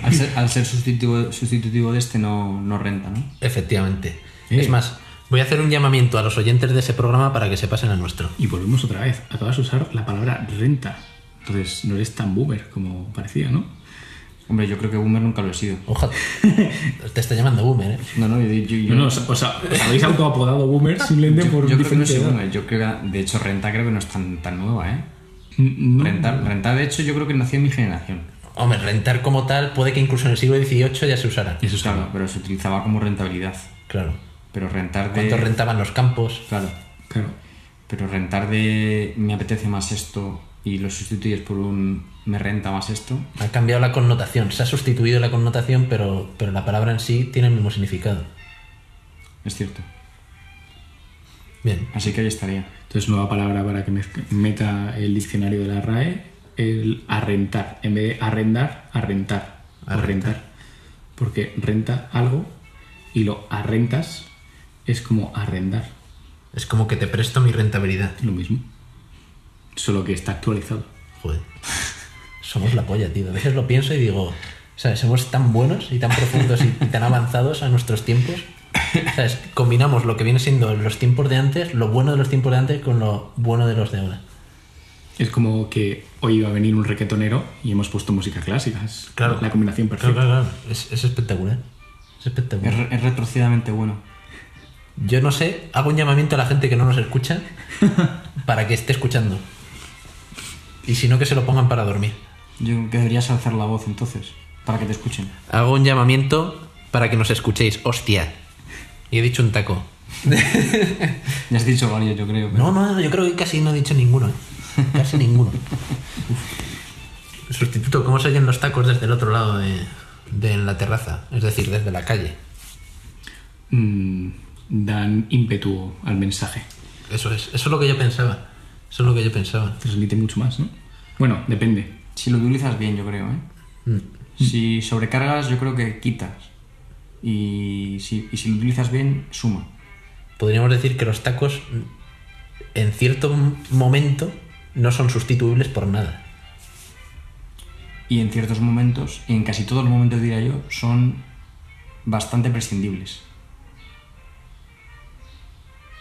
Speaker 1: Al ser, al ser sustitutivo, sustitutivo de este no, no renta, ¿no?
Speaker 2: Efectivamente.
Speaker 3: Eh.
Speaker 2: Es más, voy a hacer un llamamiento a los oyentes de ese programa para que se pasen a nuestro.
Speaker 3: Y volvemos otra vez. Acabas de usar la palabra renta. Entonces, no eres tan boomer como parecía, ¿no?
Speaker 1: Hombre, yo creo que Boomer nunca lo he sido.
Speaker 2: Ojalá. Te está llamando boomer, ¿eh?
Speaker 1: No, no, yo, yo, yo-
Speaker 3: No, no, o sea, os habéis autoapodado boomer simplemente
Speaker 1: yo-
Speaker 3: por
Speaker 1: yo creo que no
Speaker 3: diferente
Speaker 1: soy
Speaker 3: edad.
Speaker 1: Boomer. Yo creo que, de hecho, Renta creo que no es tan, tan nueva, ¿eh?
Speaker 3: Mm, No,
Speaker 1: Renta, Renta, de hecho, yo creo que nació en mi generación.
Speaker 2: Hombre, rentar como tal puede que incluso en el siglo XVIII ya se usara.
Speaker 3: Eso es
Speaker 1: Claro, pero se utilizaba como rentabilidad.
Speaker 2: Claro.
Speaker 1: Pero rentar de...
Speaker 2: ¿Cuánto rentaban los campos?
Speaker 1: Claro,
Speaker 3: Claro.
Speaker 1: pero rentar de... Me apetece más esto y lo sustituyes por un... Me renta más esto.
Speaker 2: Ha cambiado la connotación, se ha sustituido la connotación, pero, pero la palabra en sí tiene el mismo significado.
Speaker 1: Es cierto.
Speaker 2: Bien,
Speaker 1: Así que ahí estaría.
Speaker 3: Entonces, nueva palabra para que mezc- meta el diccionario de la RAE, el arrentar. En vez de arrendar, arrentar. Arrentar. Porque renta algo y lo arrentas es como arrendar.
Speaker 2: es como que te presto mi rentabilidad.
Speaker 3: Lo mismo. Solo que está actualizado.
Speaker 2: Joder, somos la polla, tío. A veces lo pienso y digo, ¿sabes? Somos tan buenos y tan profundos y, y tan avanzados a nuestros tiempos. ¿Sabes? Combinamos lo que viene siendo los tiempos de antes, lo bueno de los tiempos de antes con lo bueno de los de ahora.
Speaker 3: Es como que hoy va a venir un requetonero y hemos puesto música clásica. Es
Speaker 2: Claro.
Speaker 3: La combinación perfecta.
Speaker 2: Es, es espectacular. Es espectacular.
Speaker 1: Es, re- es retrocesadamente bueno.
Speaker 2: Yo no sé, hago un llamamiento a la gente que no nos escucha para que esté escuchando. Y si no, que se lo pongan para dormir.
Speaker 1: Yo creo que deberías alzar la voz entonces, para que te escuchen.
Speaker 2: Hago un llamamiento para que nos escuchéis. Hostia. Y he dicho un taco.
Speaker 1: Ya has dicho varios, yo creo. pero-
Speaker 2: No, no, yo creo que casi no he dicho ninguno. ¿eh? Casi ninguno. Sustituto, ¿cómo se oyen los tacos desde el otro lado de, de la terraza? Es decir, desde la calle.
Speaker 3: Mm, dan ímpetu al mensaje.
Speaker 2: Eso es, eso es lo que yo pensaba. Eso es lo que yo pensaba.
Speaker 3: Transmite mucho más, ¿no? Bueno, depende.
Speaker 1: Si lo utilizas bien, yo creo, ¿eh?
Speaker 2: Mm.
Speaker 1: Si sobrecargas, yo creo que quitas. Y si, y si lo utilizas bien, suma.
Speaker 2: podríamos decir que los tacos en cierto m- momento no son sustituibles por nada.
Speaker 1: Y en ciertos momentos, en casi todos los momentos diría yo, son bastante prescindibles.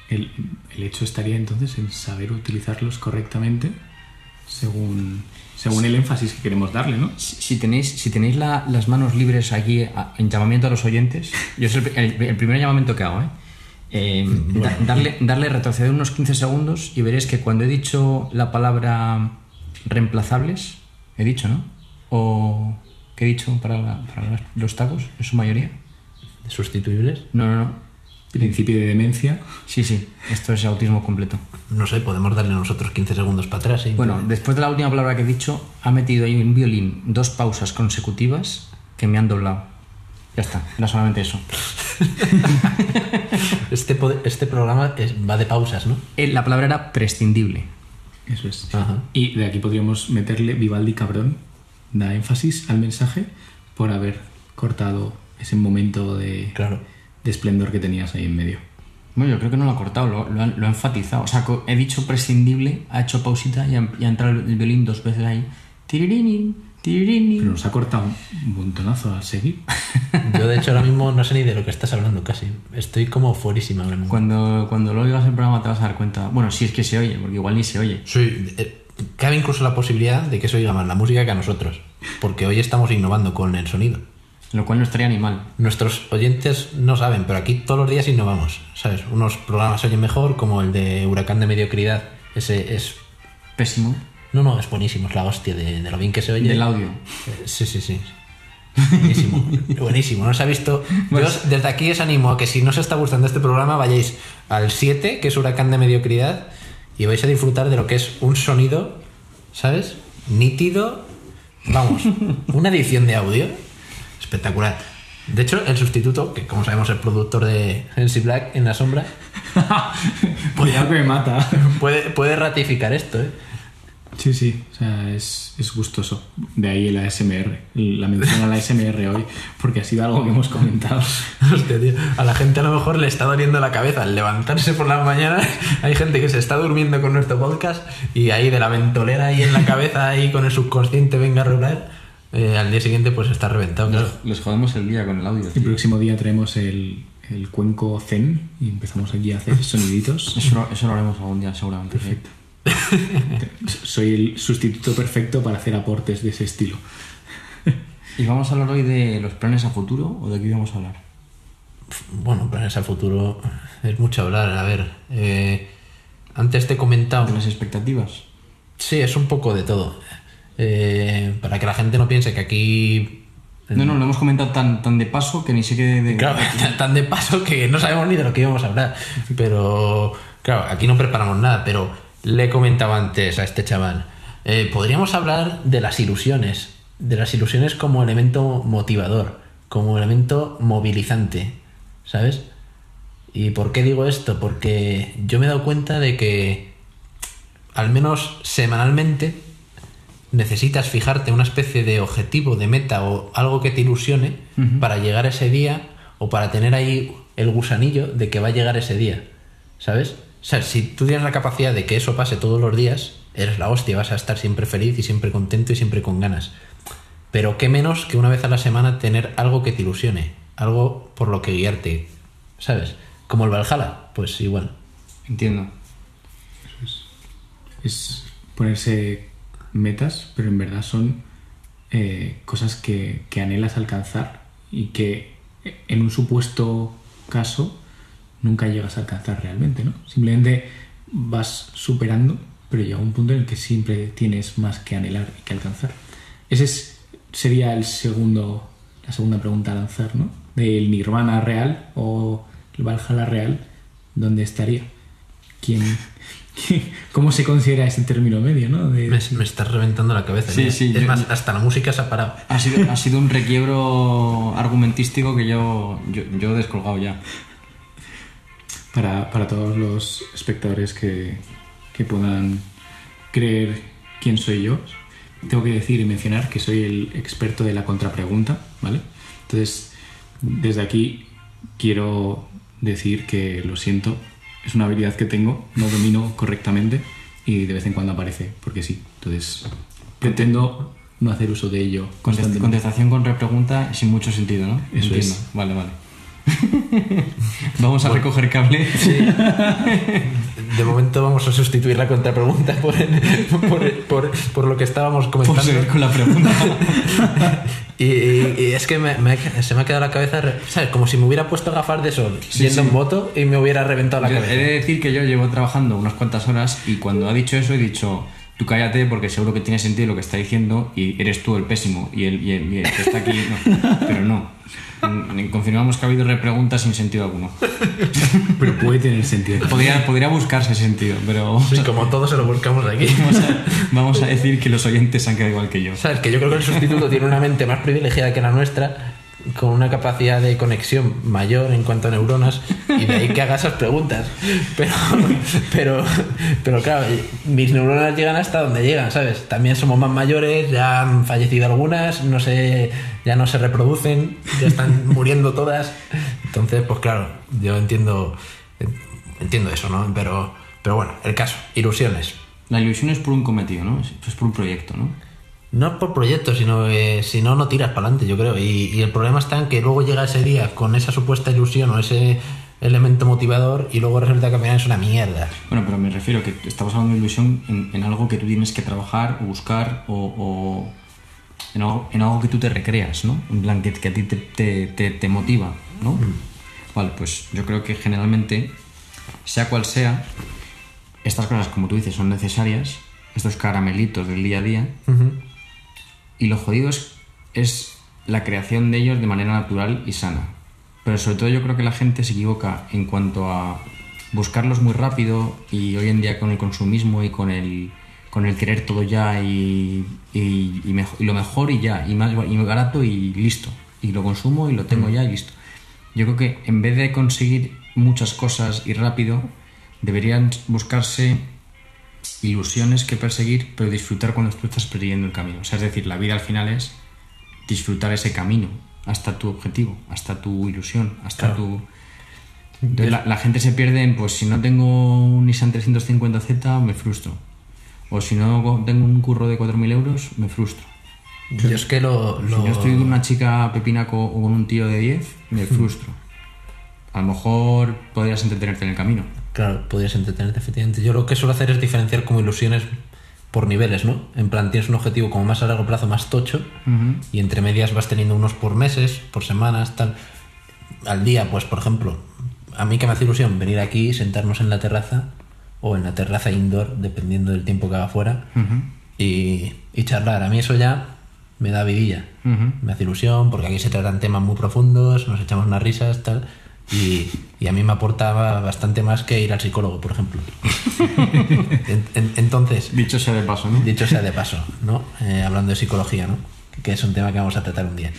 Speaker 3: El, el hecho estaría entonces en saber utilizarlos correctamente según, según el énfasis que queremos darle, ¿no?
Speaker 1: Si, si tenéis, si tenéis la- las manos libres aquí a- en llamamiento a los oyentes, yo es el, el- el primer llamamiento que hago, ¿eh? Eh, da- darle, darle retroceder unos 15 segundos y veréis que cuando he dicho la palabra reemplazables, he dicho, ¿no? O ¿qué he dicho para, la- para las- los tacos en su mayoría?
Speaker 2: ¿Sustituibles?
Speaker 1: No, no, no.
Speaker 3: Principio de demencia.
Speaker 1: Sí, sí, esto es autismo completo.
Speaker 2: No sé, podemos darle nosotros 15 segundos para atrás. ¿eh?
Speaker 1: Bueno, después de la última palabra que he dicho, ha metido ahí un violín dos pausas consecutivas que me han doblado. Ya está, era solamente eso.
Speaker 2: este, pod- este programa es- va de pausas, ¿no?
Speaker 1: Eh, La palabra era prescindible.
Speaker 3: Eso es.
Speaker 2: Ajá.
Speaker 3: Y de aquí podríamos meterle Vivaldi cabrón. Da énfasis al mensaje por haber cortado ese momento de,
Speaker 2: Claro.
Speaker 3: de esplendor que tenías ahí en medio.
Speaker 1: Bueno, yo creo que no lo ha cortado, lo, lo han- lo ha enfatizado. O sea, co- he dicho prescindible, ha hecho pausita y ha, y ha entrado el violín dos veces ahí. Tiririnin, tiririnin.
Speaker 3: Pero nos ha cortado un montonazo a seguir.
Speaker 2: Yo de hecho ahora mismo no sé ni de lo que estás hablando casi. Estoy como fuerísima ahora mismo.
Speaker 1: Cuando, cuando lo oigas el programa te vas a dar cuenta. Bueno, si es que se oye, porque igual ni se oye.
Speaker 2: Soy- eh, cabe incluso la posibilidad de que se oiga más la música que a nosotros, porque hoy estamos innovando con el sonido.
Speaker 1: Lo cual no estaría ni mal.
Speaker 2: Nuestros oyentes no saben, pero aquí todos los días innovamos, ¿sabes? Unos programas se oyen mejor, como el de Huracán de Mediocridad, ese es...
Speaker 1: Pésimo.
Speaker 2: No, no, es buenísimo, es la hostia de, de lo bien que se oye.
Speaker 1: Del audio.
Speaker 2: Eh, Sí, sí, sí. Buenísimo, buenísimo. No se ha visto. Yo os- desde aquí os animo a que si no os está gustando este programa, vayáis al 7, que es Huracán de Mediocridad, y vais a disfrutar de lo que es un sonido, ¿sabes? Nítido. Vamos, una edición de audio espectacular. De hecho, el sustituto, que como sabemos es productor de Hensi Black en la sombra,
Speaker 3: Cuidado que Pues me mata.
Speaker 2: puede, puede ratificar esto, ¿eh?
Speaker 3: Sí, sí, o sea, es, es gustoso. De ahí el ASMR, la mención al ASMR hoy, porque ha sido algo que hemos comentado.
Speaker 2: Hostia, tío. A la gente a lo mejor le está doliendo la cabeza al levantarse por las mañanas. Hay gente que se está durmiendo con nuestro podcast y ahí de la ventolera ahí en la cabeza, ahí con el subconsciente venga a rular. eh, al día siguiente pues está reventado, claro.
Speaker 1: Les jodemos el día con el audio.
Speaker 3: El
Speaker 1: tío.
Speaker 3: próximo día traemos el, el cuenco Zen y empezamos aquí a hacer soniditos.
Speaker 1: Eso, lo- eso lo haremos algún día, seguramente. Perfecto.
Speaker 3: Soy el sustituto perfecto para hacer aportes de ese estilo.
Speaker 1: ¿Y vamos a hablar hoy de los planes a futuro o de qué íbamos a hablar?
Speaker 2: Bueno, planes a futuro es mucho hablar. A ver, eh, antes te he comentado...
Speaker 1: ¿De las expectativas?
Speaker 2: Sí, es un poco de todo. Eh, para que la gente no piense que aquí...
Speaker 1: No, no, lo hemos comentado tan, tan de paso que ni sé qué de, de-
Speaker 2: Claro, tan- tan de paso que no sabemos ni de lo que íbamos a hablar. Pero, claro, aquí no preparamos nada, pero le he comentado antes a este chaval. eh, podríamos hablar de las ilusiones, de las ilusiones como elemento motivador, como elemento movilizante, ¿sabes? ¿Y por qué digo esto? Porque yo me he dado cuenta de que, al menos semanalmente, necesitas fijarte una especie de objetivo, de meta o algo que te ilusione para llegar ese día o para tener ahí el gusanillo de que va a llegar ese día. ¿Sabes? O sea, si tú tienes la capacidad de que eso pase todos los días, eres la hostia, vas a estar siempre feliz y siempre contento y siempre con ganas. Pero qué menos que una vez a la semana tener algo que te ilusione, algo por lo que guiarte, ¿sabes? Como el Valhalla, pues igual.
Speaker 1: Entiendo.
Speaker 3: Es ponerse metas, pero en verdad son eh, cosas que, que anhelas alcanzar y que eh, en un supuesto caso nunca llegas a alcanzar realmente, ¿no? Simplemente vas superando, pero llega un punto en el que siempre tienes más que anhelar y que alcanzar. Ese es- sería el segundo, la segunda pregunta a lanzar, ¿no? Del Nirvana real o el Valhalla real, ¿dónde estaría? ¿Quién, ¿Cómo se considera ese término medio, no? De-
Speaker 2: Me, me estás reventando la cabeza.
Speaker 1: Sí,
Speaker 2: mira.
Speaker 1: sí,
Speaker 2: es
Speaker 1: yo-
Speaker 2: más, hasta la música se ha parado.
Speaker 1: Ha sido, ha sido un requiebro argumentístico que yo, yo, yo he descolgado ya.
Speaker 3: para, para todos los espectadores que, que puedan creer quién soy yo, tengo que decir y mencionar que soy el experto de la contrapregunta, ¿vale? Entonces, desde aquí quiero decir que lo siento, es una habilidad que tengo, no domino correctamente y de vez en cuando aparece, porque sí. Entonces, pretendo no hacer uso de ello
Speaker 1: Contest-
Speaker 3: constantemente.
Speaker 1: contestación con repregunta sin mucho sentido, ¿no?
Speaker 3: Eso
Speaker 1: Entiendo.
Speaker 3: es.
Speaker 1: Vale, vale. Vamos a recoger cable.
Speaker 2: De momento vamos a sustituir la contrapregunta por, por, por- por lo que estábamos
Speaker 1: Por
Speaker 2: comentando.
Speaker 1: seguir con la pregunta.
Speaker 2: Y, y- y es que me- me ha- se me ha quedado la cabeza, re- ¿sabes? Como si me hubiera puesto gafas de sol yendo en moto y me hubiera reventado la
Speaker 1: Yo
Speaker 2: cabeza.
Speaker 1: he de decir que yo llevo trabajando unas cuantas horas y cuando ha dicho eso he dicho, tú cállate porque seguro que tiene sentido lo que está diciendo y eres tú el pésimo y el, y el- y el que está aquí. no. Pero no. Mm, Confirmamos que ha habido repreguntas sin sentido alguno.
Speaker 3: Pero puede tener sentido.
Speaker 1: Podría, podría buscarse sentido, pero vamos
Speaker 2: Sí,
Speaker 1: a,
Speaker 2: como todos se lo buscamos aquí.
Speaker 1: vamos a- vamos a decir que los oyentes han quedado igual que yo.
Speaker 2: ¿Sabes? Que yo creo que el sustituto tiene una mente más privilegiada que la nuestra con una capacidad de conexión mayor en cuanto a neuronas y de ahí que haga esas preguntas. Pero, pero, pero claro, mis neuronas llegan hasta donde llegan, ¿sabes? También somos más mayores, ya han fallecido algunas, no sé, ya no se reproducen, ya están muriendo todas. Entonces, pues claro, yo entiendo, entiendo eso, ¿no? Pero, pero bueno, el caso, ilusiones.
Speaker 1: La ilusión es por un cometido, ¿no? Es por un proyecto, ¿no?
Speaker 2: No es por proyecto, sino que si no, no tiras para adelante, yo creo. Y, y, el problema está en que luego llega ese día con esa supuesta ilusión o ese elemento motivador y luego resulta que al final es una mierda.
Speaker 1: Bueno, pero me refiero que estamos hablando de ilusión en, en algo que tú tienes que trabajar o buscar o, o en, algo, en, algo, que tú te recreas, ¿no? En plan, que, que a ti te, te, te, te motiva, ¿no? Mm. Vale, pues yo creo que generalmente, sea cual sea, estas cosas, como tú dices, son necesarias, estos caramelitos del día a día. Uh -huh. Y lo jodido es, es, la creación de ellos de manera natural y sana. Pero sobre todo yo creo que la gente se equivoca en cuanto a buscarlos muy rápido y hoy en día con el consumismo y con el, con el querer todo ya y, y, y, mejo, y lo mejor y ya, y más y barato y listo. Y lo consumo y lo tengo uh -huh. ya y listo. Yo creo que en vez de conseguir muchas cosas y rápido, deberían buscarse ilusiones que perseguir, pero disfrutar cuando tú estás persiguiendo el camino. O sea, es decir, la vida al final es disfrutar ese camino hasta tu objetivo, hasta tu ilusión, hasta claro. tu... La, la, gente se pierde en, pues si no tengo un Nissan 350Z, me frustro. O si no tengo un curro de 4.000 euros, me frustro.
Speaker 2: Yo es que lo, lo...
Speaker 1: Si yo estoy con una chica pepinaco o con un tío de 10, me frustro. A lo mejor podrías entretenerte en el camino.
Speaker 2: Claro, podrías entretenerte, efectivamente. Yo lo que suelo hacer es diferenciar como ilusiones por niveles, ¿no? En plan, tienes un objetivo como más a largo plazo, más tocho, uh -huh. y entre medias vas teniendo unos por meses, por semanas, tal. Al día, pues, por ejemplo, a mí que me hace ilusión venir aquí, sentarnos en la terraza, o en la terraza indoor, dependiendo del tiempo que haga fuera, uh -huh. y, y, charlar. A mí eso ya me da vidilla. Uh -huh. Me hace ilusión, porque aquí se tratan temas muy profundos, nos echamos unas risas, tal. Y, y, a mí me aportaba bastante más que ir al psicólogo, por ejemplo. en, en, entonces...
Speaker 1: Dicho sea de paso, ¿no?
Speaker 2: Dicho sea de paso, ¿no? Eh, hablando de psicología, ¿no? Que, que, es un tema que vamos a tratar un día.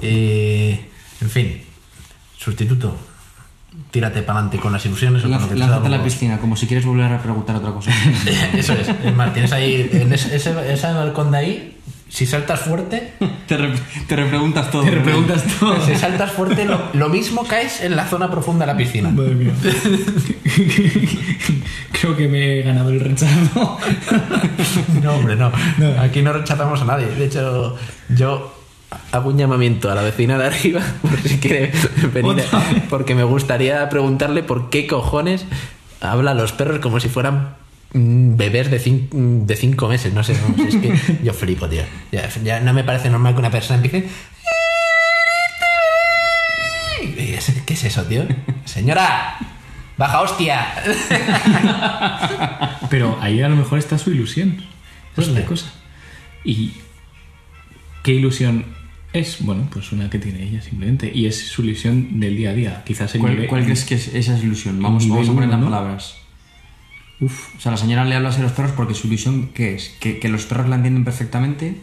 Speaker 2: Eh, en fin, sustituto. Tírate para adelante con las ilusiones.
Speaker 1: La,
Speaker 2: o con
Speaker 1: lo que lánzate a la piscina, como si quieres volver a preguntar otra cosa.
Speaker 2: Eso es. Es más, tienes ahí, en ese, ese balcón de ahí, si saltas fuerte.
Speaker 1: Te, re, te repreguntas todo.
Speaker 3: Te repreguntas todo.
Speaker 2: Si saltas fuerte, lo, lo, mismo caes en la zona profunda de la piscina.
Speaker 3: Madre mía. Creo que me he ganado el rechazo.
Speaker 2: No, hombre, no. Aquí no rechazamos a nadie. De hecho, yo hago un llamamiento a la vecina de arriba por si quiere venir. Porque me gustaría preguntarle por qué cojones habla los perros como si fueran mm, bebés de, cinco, de cinco meses, no sé, no, es que yo flipo, tío. Ya, ya, no me parece normal que una persona empiece... ¿Qué es eso, tío? Señora, baja hostia.
Speaker 3: Pero ahí a lo mejor está su ilusión. Esa es la cosa. ¿Y qué ilusión es? Bueno, pues una que tiene ella simplemente. Y es su ilusión del día a día. Quizás el
Speaker 1: ¿Cuál, nivel, ¿cuál crees que es esa es ilusión? Vamos, vamos a poner las ¿no? palabras. Uf. O sea, la señora le habla a los perros porque su ilusión, ¿qué es? ¿Que, que los perros la entienden perfectamente?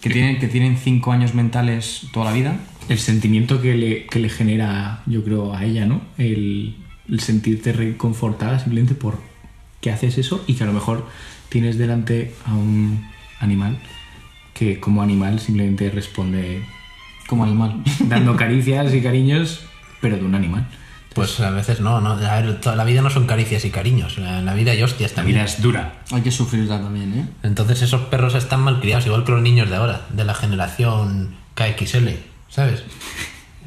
Speaker 1: ¿Que tienen, que tienen cinco años mentales toda la vida?
Speaker 3: El sentimiento que le, que le genera, yo creo, a ella, ¿no? El, el, sentirte reconfortada simplemente por que haces eso y que a lo mejor tienes delante a un animal que como animal simplemente responde
Speaker 1: como animal,
Speaker 3: dando caricias y cariños, pero de un animal.
Speaker 2: Pues a veces no, no. A ver, toda la vida no son caricias y cariños. La, la vida hay hostias también.
Speaker 3: La vida es dura.
Speaker 1: Hay que sufrirla también, ¿eh?
Speaker 2: Entonces esos perros están malcriados, igual que los niños de ahora, de la generación KXL, ¿sabes?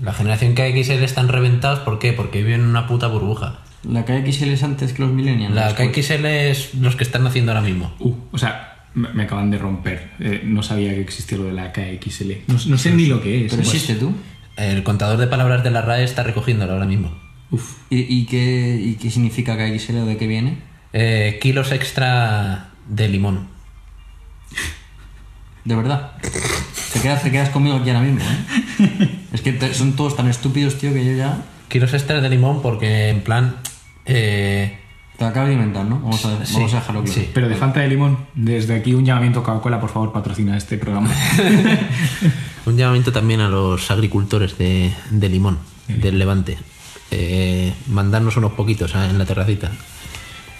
Speaker 2: La generación KXL están reventados, ¿por qué? Porque viven en una puta burbuja.
Speaker 1: ¿La KXL es antes que los millennials?
Speaker 2: La después? KXL es los que están haciendo ahora mismo.
Speaker 3: Uh, o sea, me acaban de romper. Eh, no sabía que existía lo de la KXL. No, no sé ni lo que es.
Speaker 1: ¿Pero existe pues, tú?
Speaker 2: El contador de palabras de la RAE está recogiéndolo ahora mismo.
Speaker 1: Uf. ¿Y, y, qué, ¿Y, qué, significa KXL o de qué viene?
Speaker 2: Eh, kilos extra de limón.
Speaker 1: De verdad. Te quedas, te quedas conmigo aquí ahora mismo, ¿eh? Es que te, son todos tan estúpidos, tío, que yo ya.
Speaker 2: Kilos extra de limón porque, en plan. Eh,
Speaker 1: Te lo acabas de inventar, ¿no? Vamos a,
Speaker 2: Sí.
Speaker 1: vamos a dejarlo claro.
Speaker 2: Sí.
Speaker 4: Pero de falta de limón, desde aquí un llamamiento a Coca-Cola, por favor, patrocina este programa.
Speaker 2: Un llamamiento también a los agricultores de, de Limón, del Levante. Eh, mandarnos unos poquitos ¿eh? en la terracita.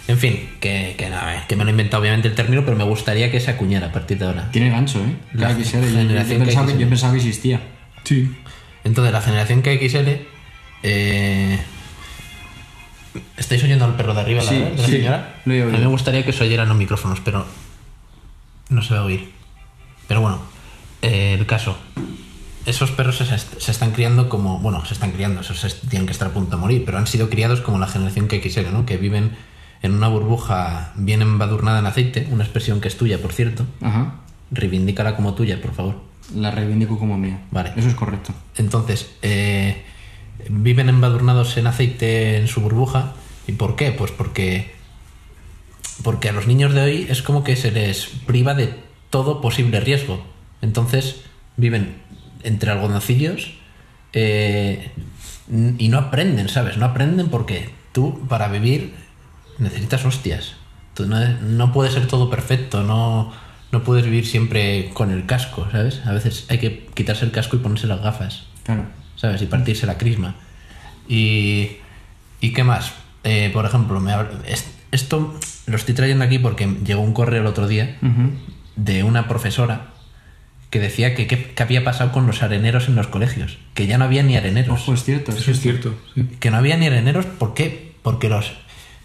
Speaker 2: En fin, que, que nada, eh, que me lo he inventado obviamente el término, pero me gustaría que se acuñara a partir de ahora.
Speaker 1: Tiene gancho, ¿eh?
Speaker 2: La
Speaker 1: Claro que sea. Yo, yo
Speaker 2: generación ¿eh?
Speaker 1: pensaba, que,
Speaker 2: XL.
Speaker 1: yo pensaba que existía.
Speaker 4: Sí.
Speaker 2: Entonces, la generación KXL. eh, ¿Estáis oyendo al perro de arriba, la,
Speaker 1: Sí,
Speaker 2: de la
Speaker 1: sí,
Speaker 2: señora?
Speaker 1: lo he
Speaker 2: a
Speaker 1: oído.
Speaker 2: mí me gustaría que se oyeran los micrófonos, pero no se va a oír. Pero bueno, eh, el caso. Esos perros se, est- se están criando como. Bueno, se están criando, esos es- tienen que estar a punto de morir, pero han sido criados como la generación KXL, ¿no? Que viven en una burbuja bien embadurnada en aceite, una expresión que es tuya, por cierto.
Speaker 1: Ajá.
Speaker 2: Reivindícala como tuya, por favor.
Speaker 1: La reivindico como mía.
Speaker 2: Vale.
Speaker 1: Eso es correcto.
Speaker 2: Entonces, eh, viven embadurnados en aceite en su burbuja. ¿Y por qué? Pues porque, porque a los niños de hoy es como que se les priva de todo posible riesgo. Entonces, viven entre algodoncillos eh, n- y no aprenden, ¿sabes? No aprenden porque tú para vivir necesitas hostias. Tú no, no puede ser todo perfecto, no, no puedes vivir siempre con el casco, ¿sabes? A veces hay que quitarse el casco y ponerse las gafas.
Speaker 1: Claro.
Speaker 2: ¿sabes? Y partirse la crisma. Y, ¿y qué más? Eh, por ejemplo, me hab- es- esto lo estoy trayendo aquí porque llegó un correo el otro día de una profesora que decía que, qué- qué había pasado con los areneros en los colegios, que ya no había ni areneros
Speaker 1: Ojo, es cierto.
Speaker 4: Eso es cierto. sí.
Speaker 2: que no había ni areneros, ¿por qué? Porque los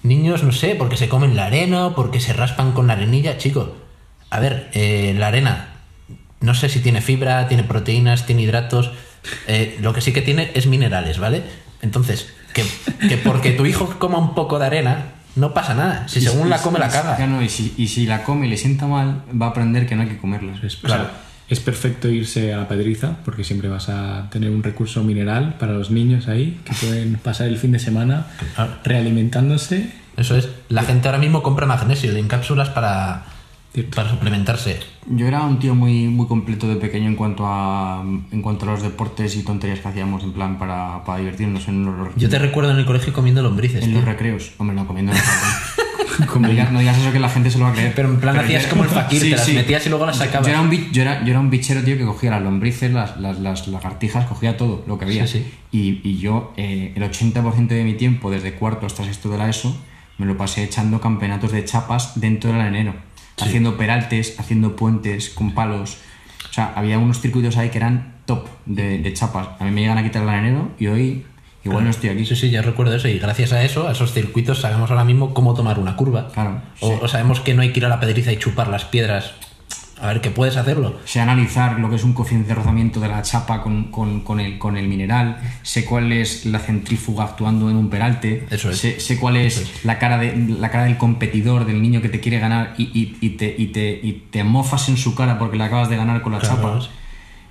Speaker 2: niños, no sé, porque se comen la arena, o porque se raspan con la arenilla, chicos. A ver, eh, la arena, no sé si tiene fibra, tiene proteínas, tiene hidratos, eh, lo que sí que tiene es minerales, ¿vale? Entonces, que, que porque tu hijo coma un poco de arena, no pasa nada. Si según la come, la
Speaker 1: Ya
Speaker 2: caga.
Speaker 1: no, y, si, y si la come y le sienta mal, va a aprender que no hay que comerla.
Speaker 4: Es, o
Speaker 2: Claro.
Speaker 4: sea, es perfecto irse a la pedriza porque siempre vas a tener un recurso mineral para los niños ahí que pueden pasar el fin de semana
Speaker 2: Claro.
Speaker 4: realimentándose.
Speaker 2: Eso es. La gente ahora mismo compra magnesio en cápsulas para,
Speaker 4: Cierto.
Speaker 2: para suplementarse.
Speaker 1: Yo era un tío muy, muy completo de pequeño en cuanto a en cuanto a los deportes y tonterías que hacíamos en plan para, para divertirnos en los,
Speaker 2: Yo te recuerdo en el colegio comiendo lombrices.
Speaker 1: en
Speaker 2: tío.
Speaker 1: los recreos. Hombre, no comiendo. no, no digas, no digas eso que la gente se lo va a creer.
Speaker 2: Eh, Pero en plan hacías
Speaker 1: yo-
Speaker 2: como el fakir,
Speaker 1: Sí,
Speaker 2: te las
Speaker 1: sí.
Speaker 2: metías y luego las sacabas.
Speaker 1: Yo era, un, bi- yo, era, yo era un bichero, tío, que cogía las lombrices, las, las, las lagartijas, cogía todo lo que había.
Speaker 2: Sí, sí.
Speaker 1: Y, y yo, eh, el 80% de mi tiempo, desde cuarto hasta sexto de la ESO, me lo pasé echando campeonatos de chapas dentro del arenero. Haciendo peraltes, haciendo puentes con palos. O sea, había unos circuitos ahí que eran top de, de chapas. A mí me llegan a quitar el arenero y hoy igual no estoy aquí.
Speaker 2: Sí, sí, yo recuerdo eso. Y gracias a eso, a esos circuitos, sabemos ahora mismo cómo tomar una curva.
Speaker 1: Claro,
Speaker 2: O,
Speaker 1: sí.
Speaker 2: o sabemos que no hay que ir a la pedriza y chupar las piedras. A ver, que puedes hacerlo.
Speaker 1: sé analizar lo que es un cociente de rozamiento de la chapa con, con- con el, con el mineral, sé cuál es la centrífuga actuando en un peralte,
Speaker 2: Eso es.
Speaker 1: sé, sé cuál es, La, cara de, la cara del competidor, del niño que te quiere ganar y, y- y te, y te- y te mofas en su cara porque le acabas de ganar con la
Speaker 2: Claro,
Speaker 1: chapa.
Speaker 2: es.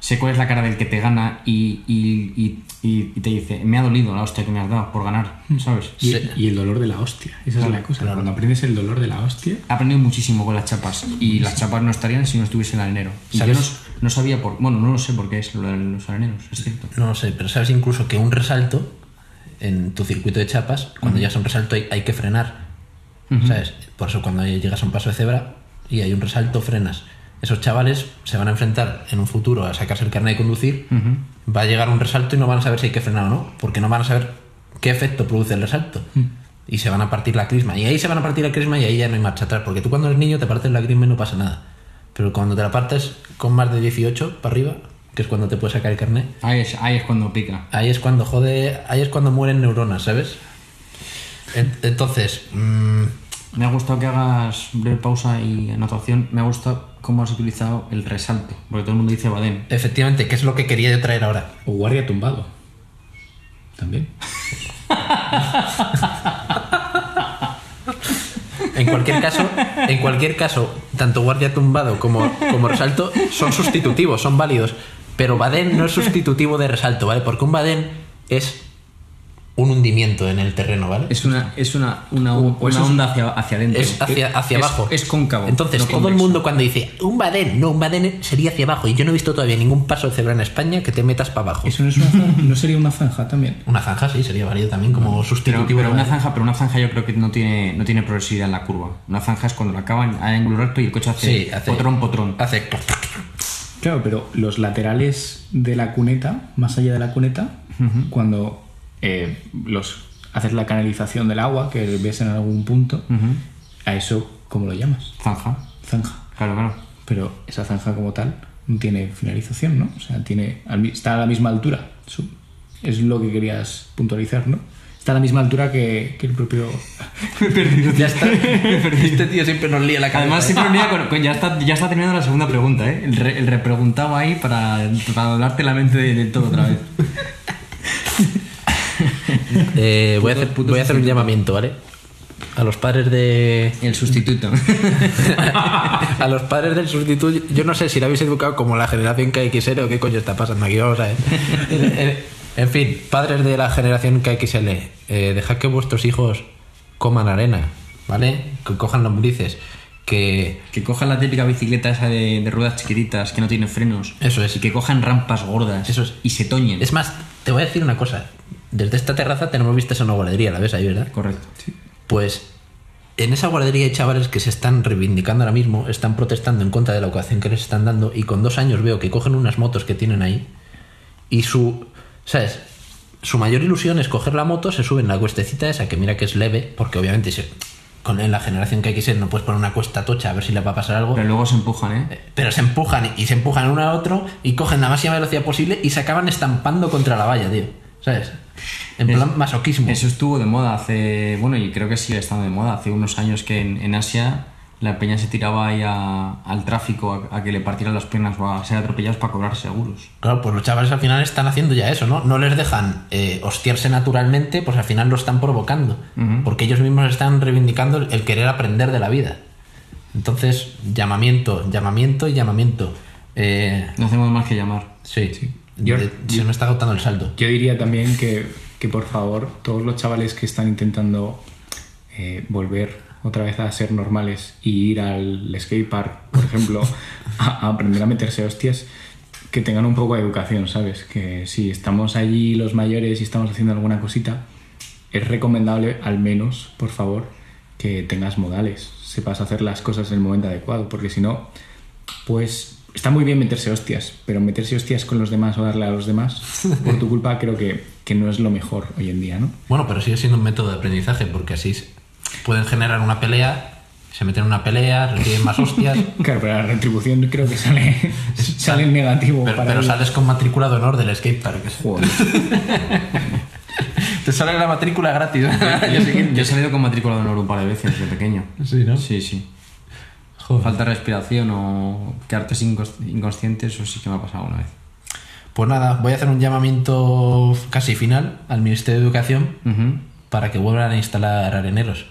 Speaker 1: Sé cuál es la cara del que te gana y, y- y- y- y te dice, me ha dolido la hostia que me has dado por ganar,
Speaker 2: Hmm.
Speaker 1: ¿sabes?
Speaker 4: Y,
Speaker 2: Sí.
Speaker 4: y el dolor de la hostia. Esa es la cosa. Cuando aprendes el dolor de la hostia,
Speaker 1: He aprendido muchísimo con las chapas y las chapas no estarían si no estuviese el arenero. Y yo no,
Speaker 2: ¿Sabes?
Speaker 1: no sabía por... Bueno, no lo sé por qué es lo de los areneros, es cierto.
Speaker 2: No lo sé, pero sabes incluso que un resalto en tu circuito de chapas, cuando llegas a un resalto hay, hay que frenar. ¿Sabes? Por eso cuando llegas a un paso de cebra y hay un resalto, frenas. Esos chavales se van a enfrentar en un futuro a sacarse el carnet de conducir, va a llegar un resalto y no van a saber si hay que frenar o no, porque no van a saber qué efecto produce el resalto. Y se van a partir la crisma. Y ahí se van a partir la crisma y ahí ya no hay marcha atrás, porque tú cuando eres niño te partes la crisma y no pasa nada. Pero cuando te la partes con más de 18 para arriba, que es cuando te puedes sacar el carnet,
Speaker 1: Ahí es, ahí es cuando pica.
Speaker 2: Ahí es cuando jode, ahí es cuando mueren neuronas, ¿sabes? En- Entonces, mm,
Speaker 1: Me ha gustado que hagas breve pausa y anotación. Me ha gustado cómo has utilizado el resalto, porque todo el mundo dice Badén.
Speaker 2: efectivamente, ¿qué es lo que quería yo traer ahora?
Speaker 4: o guardia tumbado. También.
Speaker 2: En cualquier caso, en cualquier caso, tanto guardia tumbado como, como resalto son sustitutivos, son válidos. Pero Baden no es sustitutivo de resalto, ¿vale? Porque un Baden es un hundimiento en el terreno, ¿vale?
Speaker 1: Es una, es una, una, una
Speaker 2: eso es-
Speaker 1: onda hacia, hacia adentro.
Speaker 2: Es hacia, hacia
Speaker 1: Es-
Speaker 2: abajo.
Speaker 1: Es, cóncavo.
Speaker 2: Entonces,
Speaker 1: no
Speaker 2: todo el
Speaker 1: convexo.
Speaker 2: mundo cuando dice un badén, no, un badén sería hacia abajo. Y yo no he visto todavía ningún paso de cebra en España que te metas para abajo.
Speaker 3: ¿Eso no, es una zanja? ¿No sería una zanja también?
Speaker 2: Una zanja, sí, sería válido también como
Speaker 1: Pero,
Speaker 2: sustitutivo.
Speaker 1: pero
Speaker 2: de
Speaker 1: una
Speaker 2: badén.
Speaker 1: zanja, pero una zanja yo creo que no tiene, no tiene progresividad en la curva. Una zanja es cuando la acaban a ángulo recto y el coche hace,
Speaker 2: Sí, hace-
Speaker 1: potrón, potrón.
Speaker 2: Hace.
Speaker 3: Claro, pero los laterales de la cuneta, más allá de la cuneta, cuando eh, los haces la canalización del agua que ves en algún punto, a eso, ¿cómo lo llamas?
Speaker 1: Zanja.
Speaker 3: Zanja.
Speaker 1: Claro, claro.
Speaker 3: Pero esa zanja como tal no tiene finalización, ¿no? O sea, tiene, al mi- está a la misma altura. Eso Es lo que querías puntualizar, ¿no? Está a la misma altura que, que el propio...
Speaker 2: Ya está. Este tío siempre nos lía la cabeza. ¿eh?
Speaker 1: Además, siempre venía con, con- ya, está, ya está terminando la segunda pregunta, ¿eh? El, re- el repreguntado ahí para, para doblarte la mente de- del todo otra vez.
Speaker 2: Eh, voy, a hacer, voy a hacer un llamamiento, ¿vale? A los padres de.
Speaker 1: El sustituto.
Speaker 2: a los padres del sustituto. Yo no sé si la habéis educado como la generación KXL o qué coño está pasando aquí, vamos a ver. En- En fin, padres de la generación KXL, eh, dejad que vuestros hijos coman arena, ¿vale? Que cojan lombrices. Que.
Speaker 1: que cojan la típica bicicleta esa de, de ruedas chiquititas que no tiene frenos.
Speaker 2: Eso es.
Speaker 1: Y que cojan rampas gordas.
Speaker 2: Eh. Eso es.
Speaker 1: Y se toñen.
Speaker 2: Es más, te voy a decir una cosa. Desde esta terraza tenemos vistas a una guardería, ¿la ves ahí, verdad?
Speaker 1: Correcto.
Speaker 2: Pues en esa guardería hay chavales que se están reivindicando ahora mismo, están protestando en contra de la educación que les están dando y con dos años veo que cogen unas motos que tienen ahí y su, ¿sabes? Su mayor ilusión es coger la moto, se suben la cuestecita esa que mira que es leve, porque obviamente si- con en la generación que hay que ser no puedes poner una cuesta tocha a ver si le va a pasar algo.
Speaker 1: Pero luego se empujan, ¿eh?
Speaker 2: Pero se empujan y se empujan uno a otro y cogen la máxima velocidad posible y se acaban estampando contra la valla, tío. ¿Sabes? En
Speaker 1: Es-
Speaker 2: plan masoquismo.
Speaker 1: Eso estuvo de moda hace. Bueno, y creo que sigue estando de moda. Hace unos años que en, en Asia la peña se tiraba ahí a- al tráfico a, a que le partieran las piernas o a ser atropellados para cobrar seguros.
Speaker 2: Claro, pues los chavales al final están haciendo ya eso, ¿no? No les dejan eh, hostiarse naturalmente, pues al final lo están provocando. Porque ellos mismos están reivindicando el el querer aprender de la vida. Entonces, llamamiento, llamamiento y llamamiento. Eh,
Speaker 1: No hacemos más que llamar.
Speaker 2: sí,
Speaker 3: Yo-
Speaker 2: De- se me está agotando el saldo.
Speaker 3: Yo diría también que, que, por favor, todos los chavales que están intentando eh, volver otra vez a ser normales y ir al skatepark, por ejemplo, a, a aprender a meterse hostias, que tengan un poco de educación, ¿sabes? Que si estamos allí los mayores y estamos haciendo alguna cosita, es recomendable, al menos, por favor, que tengas modales, sepas hacer las cosas en el momento adecuado, porque si no, pues está muy bien meterse hostias, pero meterse hostias con los demás o darle a los demás, por tu culpa, creo que, que no es lo mejor hoy en día, ¿no?
Speaker 2: Bueno, pero sigue siendo un método de aprendizaje, porque así se- pueden generar una pelea, se meten en una pelea, reciben más hostias.
Speaker 3: Claro, pero la retribución creo que sale, sale en negativo
Speaker 2: Pero,
Speaker 3: para
Speaker 2: pero
Speaker 3: ellos.
Speaker 2: sales con matrícula de honor del skatepark.
Speaker 3: Joder.
Speaker 2: Te sale la matrícula gratis. al año siguiente.
Speaker 1: Yo he salido con matrícula de honor un par de veces de pequeño.
Speaker 2: Sí, ¿no?
Speaker 1: Sí, sí.
Speaker 2: Joder.
Speaker 1: Falta de respiración o quedarte incos- inconsciente, eso sí que me ha pasado una vez.
Speaker 2: Pues nada, voy a hacer un llamamiento casi final al Ministerio de Educación
Speaker 1: Ujú.
Speaker 2: para que vuelvan a instalar areneros.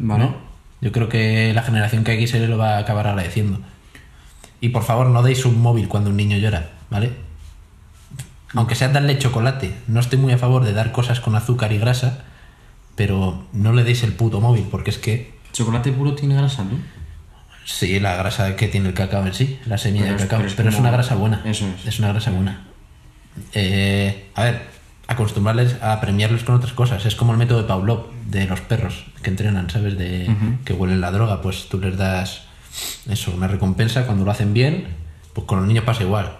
Speaker 1: Vale.
Speaker 2: ¿no? Yo creo que la generación que hay se lo va a acabar agradeciendo. Y por favor, no deis un móvil cuando un niño llora, ¿vale? Aunque sea darle chocolate, no estoy muy a favor de dar cosas con azúcar y grasa, pero no le deis el puto móvil, porque es que
Speaker 1: ¿Chocolate puro tiene grasa, tú?
Speaker 2: sí, la grasa que tiene el cacao en sí, la semilla
Speaker 1: Pero
Speaker 2: del
Speaker 1: es-
Speaker 2: cacao,
Speaker 1: pero
Speaker 2: pero
Speaker 1: es
Speaker 2: es,
Speaker 1: como-
Speaker 2: una grasa buena.
Speaker 1: Eso es.
Speaker 2: Es una grasa buena. Eh, a ver, acostumbrarles a premiarles con otras cosas. Es como el método de Pavlov, de los perros que entrenan, ¿sabes? De que huelen la droga, pues tú les das eso, una recompensa cuando lo hacen bien, pues con los niños pasa igual.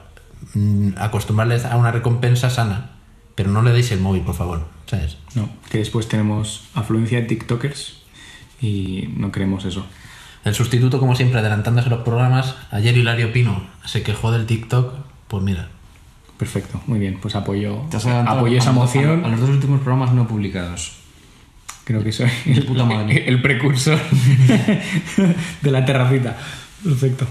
Speaker 2: Mm, acostumbrarles a una recompensa sana, pero no le deis el móvil, por favor, ¿sabes?
Speaker 3: No, que después tenemos afluencia de TikTokers y no queremos eso.
Speaker 2: El sustituto, como siempre, adelantándose los programas. Ayer Hilario Pino se quejó del TikTok. Pues mira,
Speaker 3: Perfecto, muy bien, pues apoyo,
Speaker 1: Te has adelantado
Speaker 3: apoyo esa
Speaker 1: a los-
Speaker 3: moción.
Speaker 1: A, los dos últimos programas no publicados.
Speaker 3: Creo que soy el,
Speaker 1: puta madre.
Speaker 3: el precursor de la terracita. Perfecto.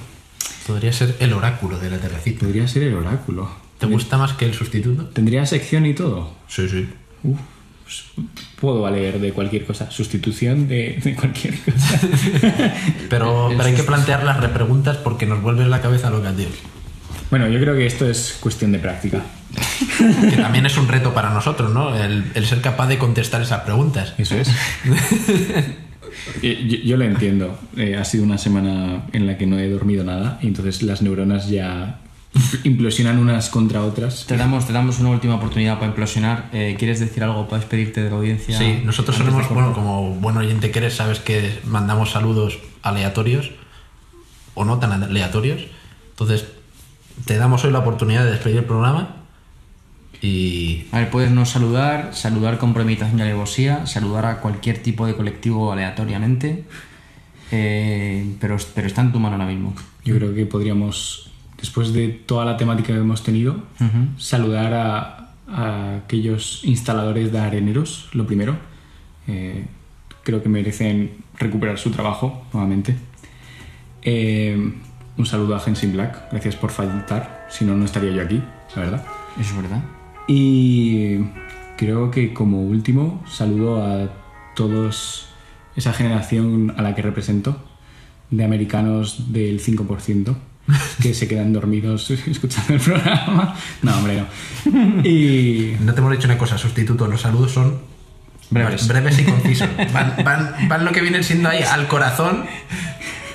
Speaker 2: podría ser el oráculo de la terracita.
Speaker 3: Podría ser el oráculo.
Speaker 2: ¿Te gusta más que el sustituto?
Speaker 3: ¿Tendría sección y todo?
Speaker 2: Sí, sí.
Speaker 3: Uf, pues, puedo valer de cualquier cosa. Sustitución de, de cualquier cosa.
Speaker 2: Pero, pero hay que plantear las repreguntas porque nos vuelve la cabeza loca, tío.
Speaker 3: bueno, yo creo que esto es cuestión de práctica.
Speaker 2: Que también es un reto para nosotros, ¿no? El, el ser capaz de contestar esas preguntas.
Speaker 3: Eso es. Eh, Yo, yo lo entiendo. Eh, ha sido una semana en la que no he dormido nada y entonces las neuronas ya implosionan unas contra otras.
Speaker 1: Te damos, te damos una última oportunidad para implosionar. Eh, ¿Quieres decir algo para despedirte de la audiencia?
Speaker 2: Sí, nosotros
Speaker 1: antes de
Speaker 2: solemos,
Speaker 1: cortar?
Speaker 2: bueno, como buen oyente que eres, sabes que mandamos saludos aleatorios o no tan aleatorios. Entonces, te damos hoy la oportunidad de despedir el programa y
Speaker 1: A ver, puedes no saludar, saludar con premeditación y alevosía, saludar a cualquier tipo de colectivo aleatoriamente, eh, pero, pero está en tu mano ahora mismo.
Speaker 3: Yo creo que podríamos, después de toda la temática que hemos tenido,
Speaker 1: Mm.
Speaker 3: saludar a, a aquellos instaladores de areneros, lo primero. Eh, creo que merecen recuperar su trabajo nuevamente. Eh, un saludo a Hensin Black, gracias por faltar, si no, no estaría yo aquí, la verdad.
Speaker 1: Eso es verdad.
Speaker 3: Y creo que como último saludo a todos esa generación a la que represento, de americanos del 5%, que se quedan dormidos escuchando el programa. No, hombre, no. Y
Speaker 2: no te hemos dicho una cosa, sustituto, los saludos son
Speaker 1: Breves.
Speaker 2: breves y concisos. Van, van- van lo que vienen siendo ahí al corazón.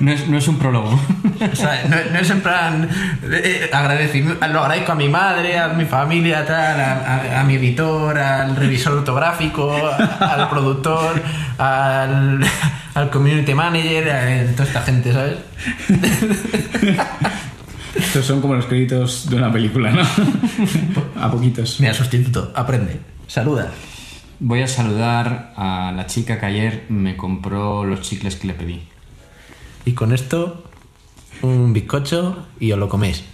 Speaker 1: No es, no es un prólogo.
Speaker 2: O sea, no, no es en plan eh, eh, agradecimiento, lo agradezco a mi madre, a mi familia, tal, a, a- a mi editor, al revisor ortográfico, a- al productor, al, al community manager, a eh, toda esta gente, ¿sabes?
Speaker 3: estos son como los créditos de una película, ¿no? A poquitos.
Speaker 2: Mira, sustituto, aprende, saluda.
Speaker 1: Voy a saludar a la chica que ayer me compró los chicles que le pedí.
Speaker 2: Y con esto, un bizcocho y os lo coméis.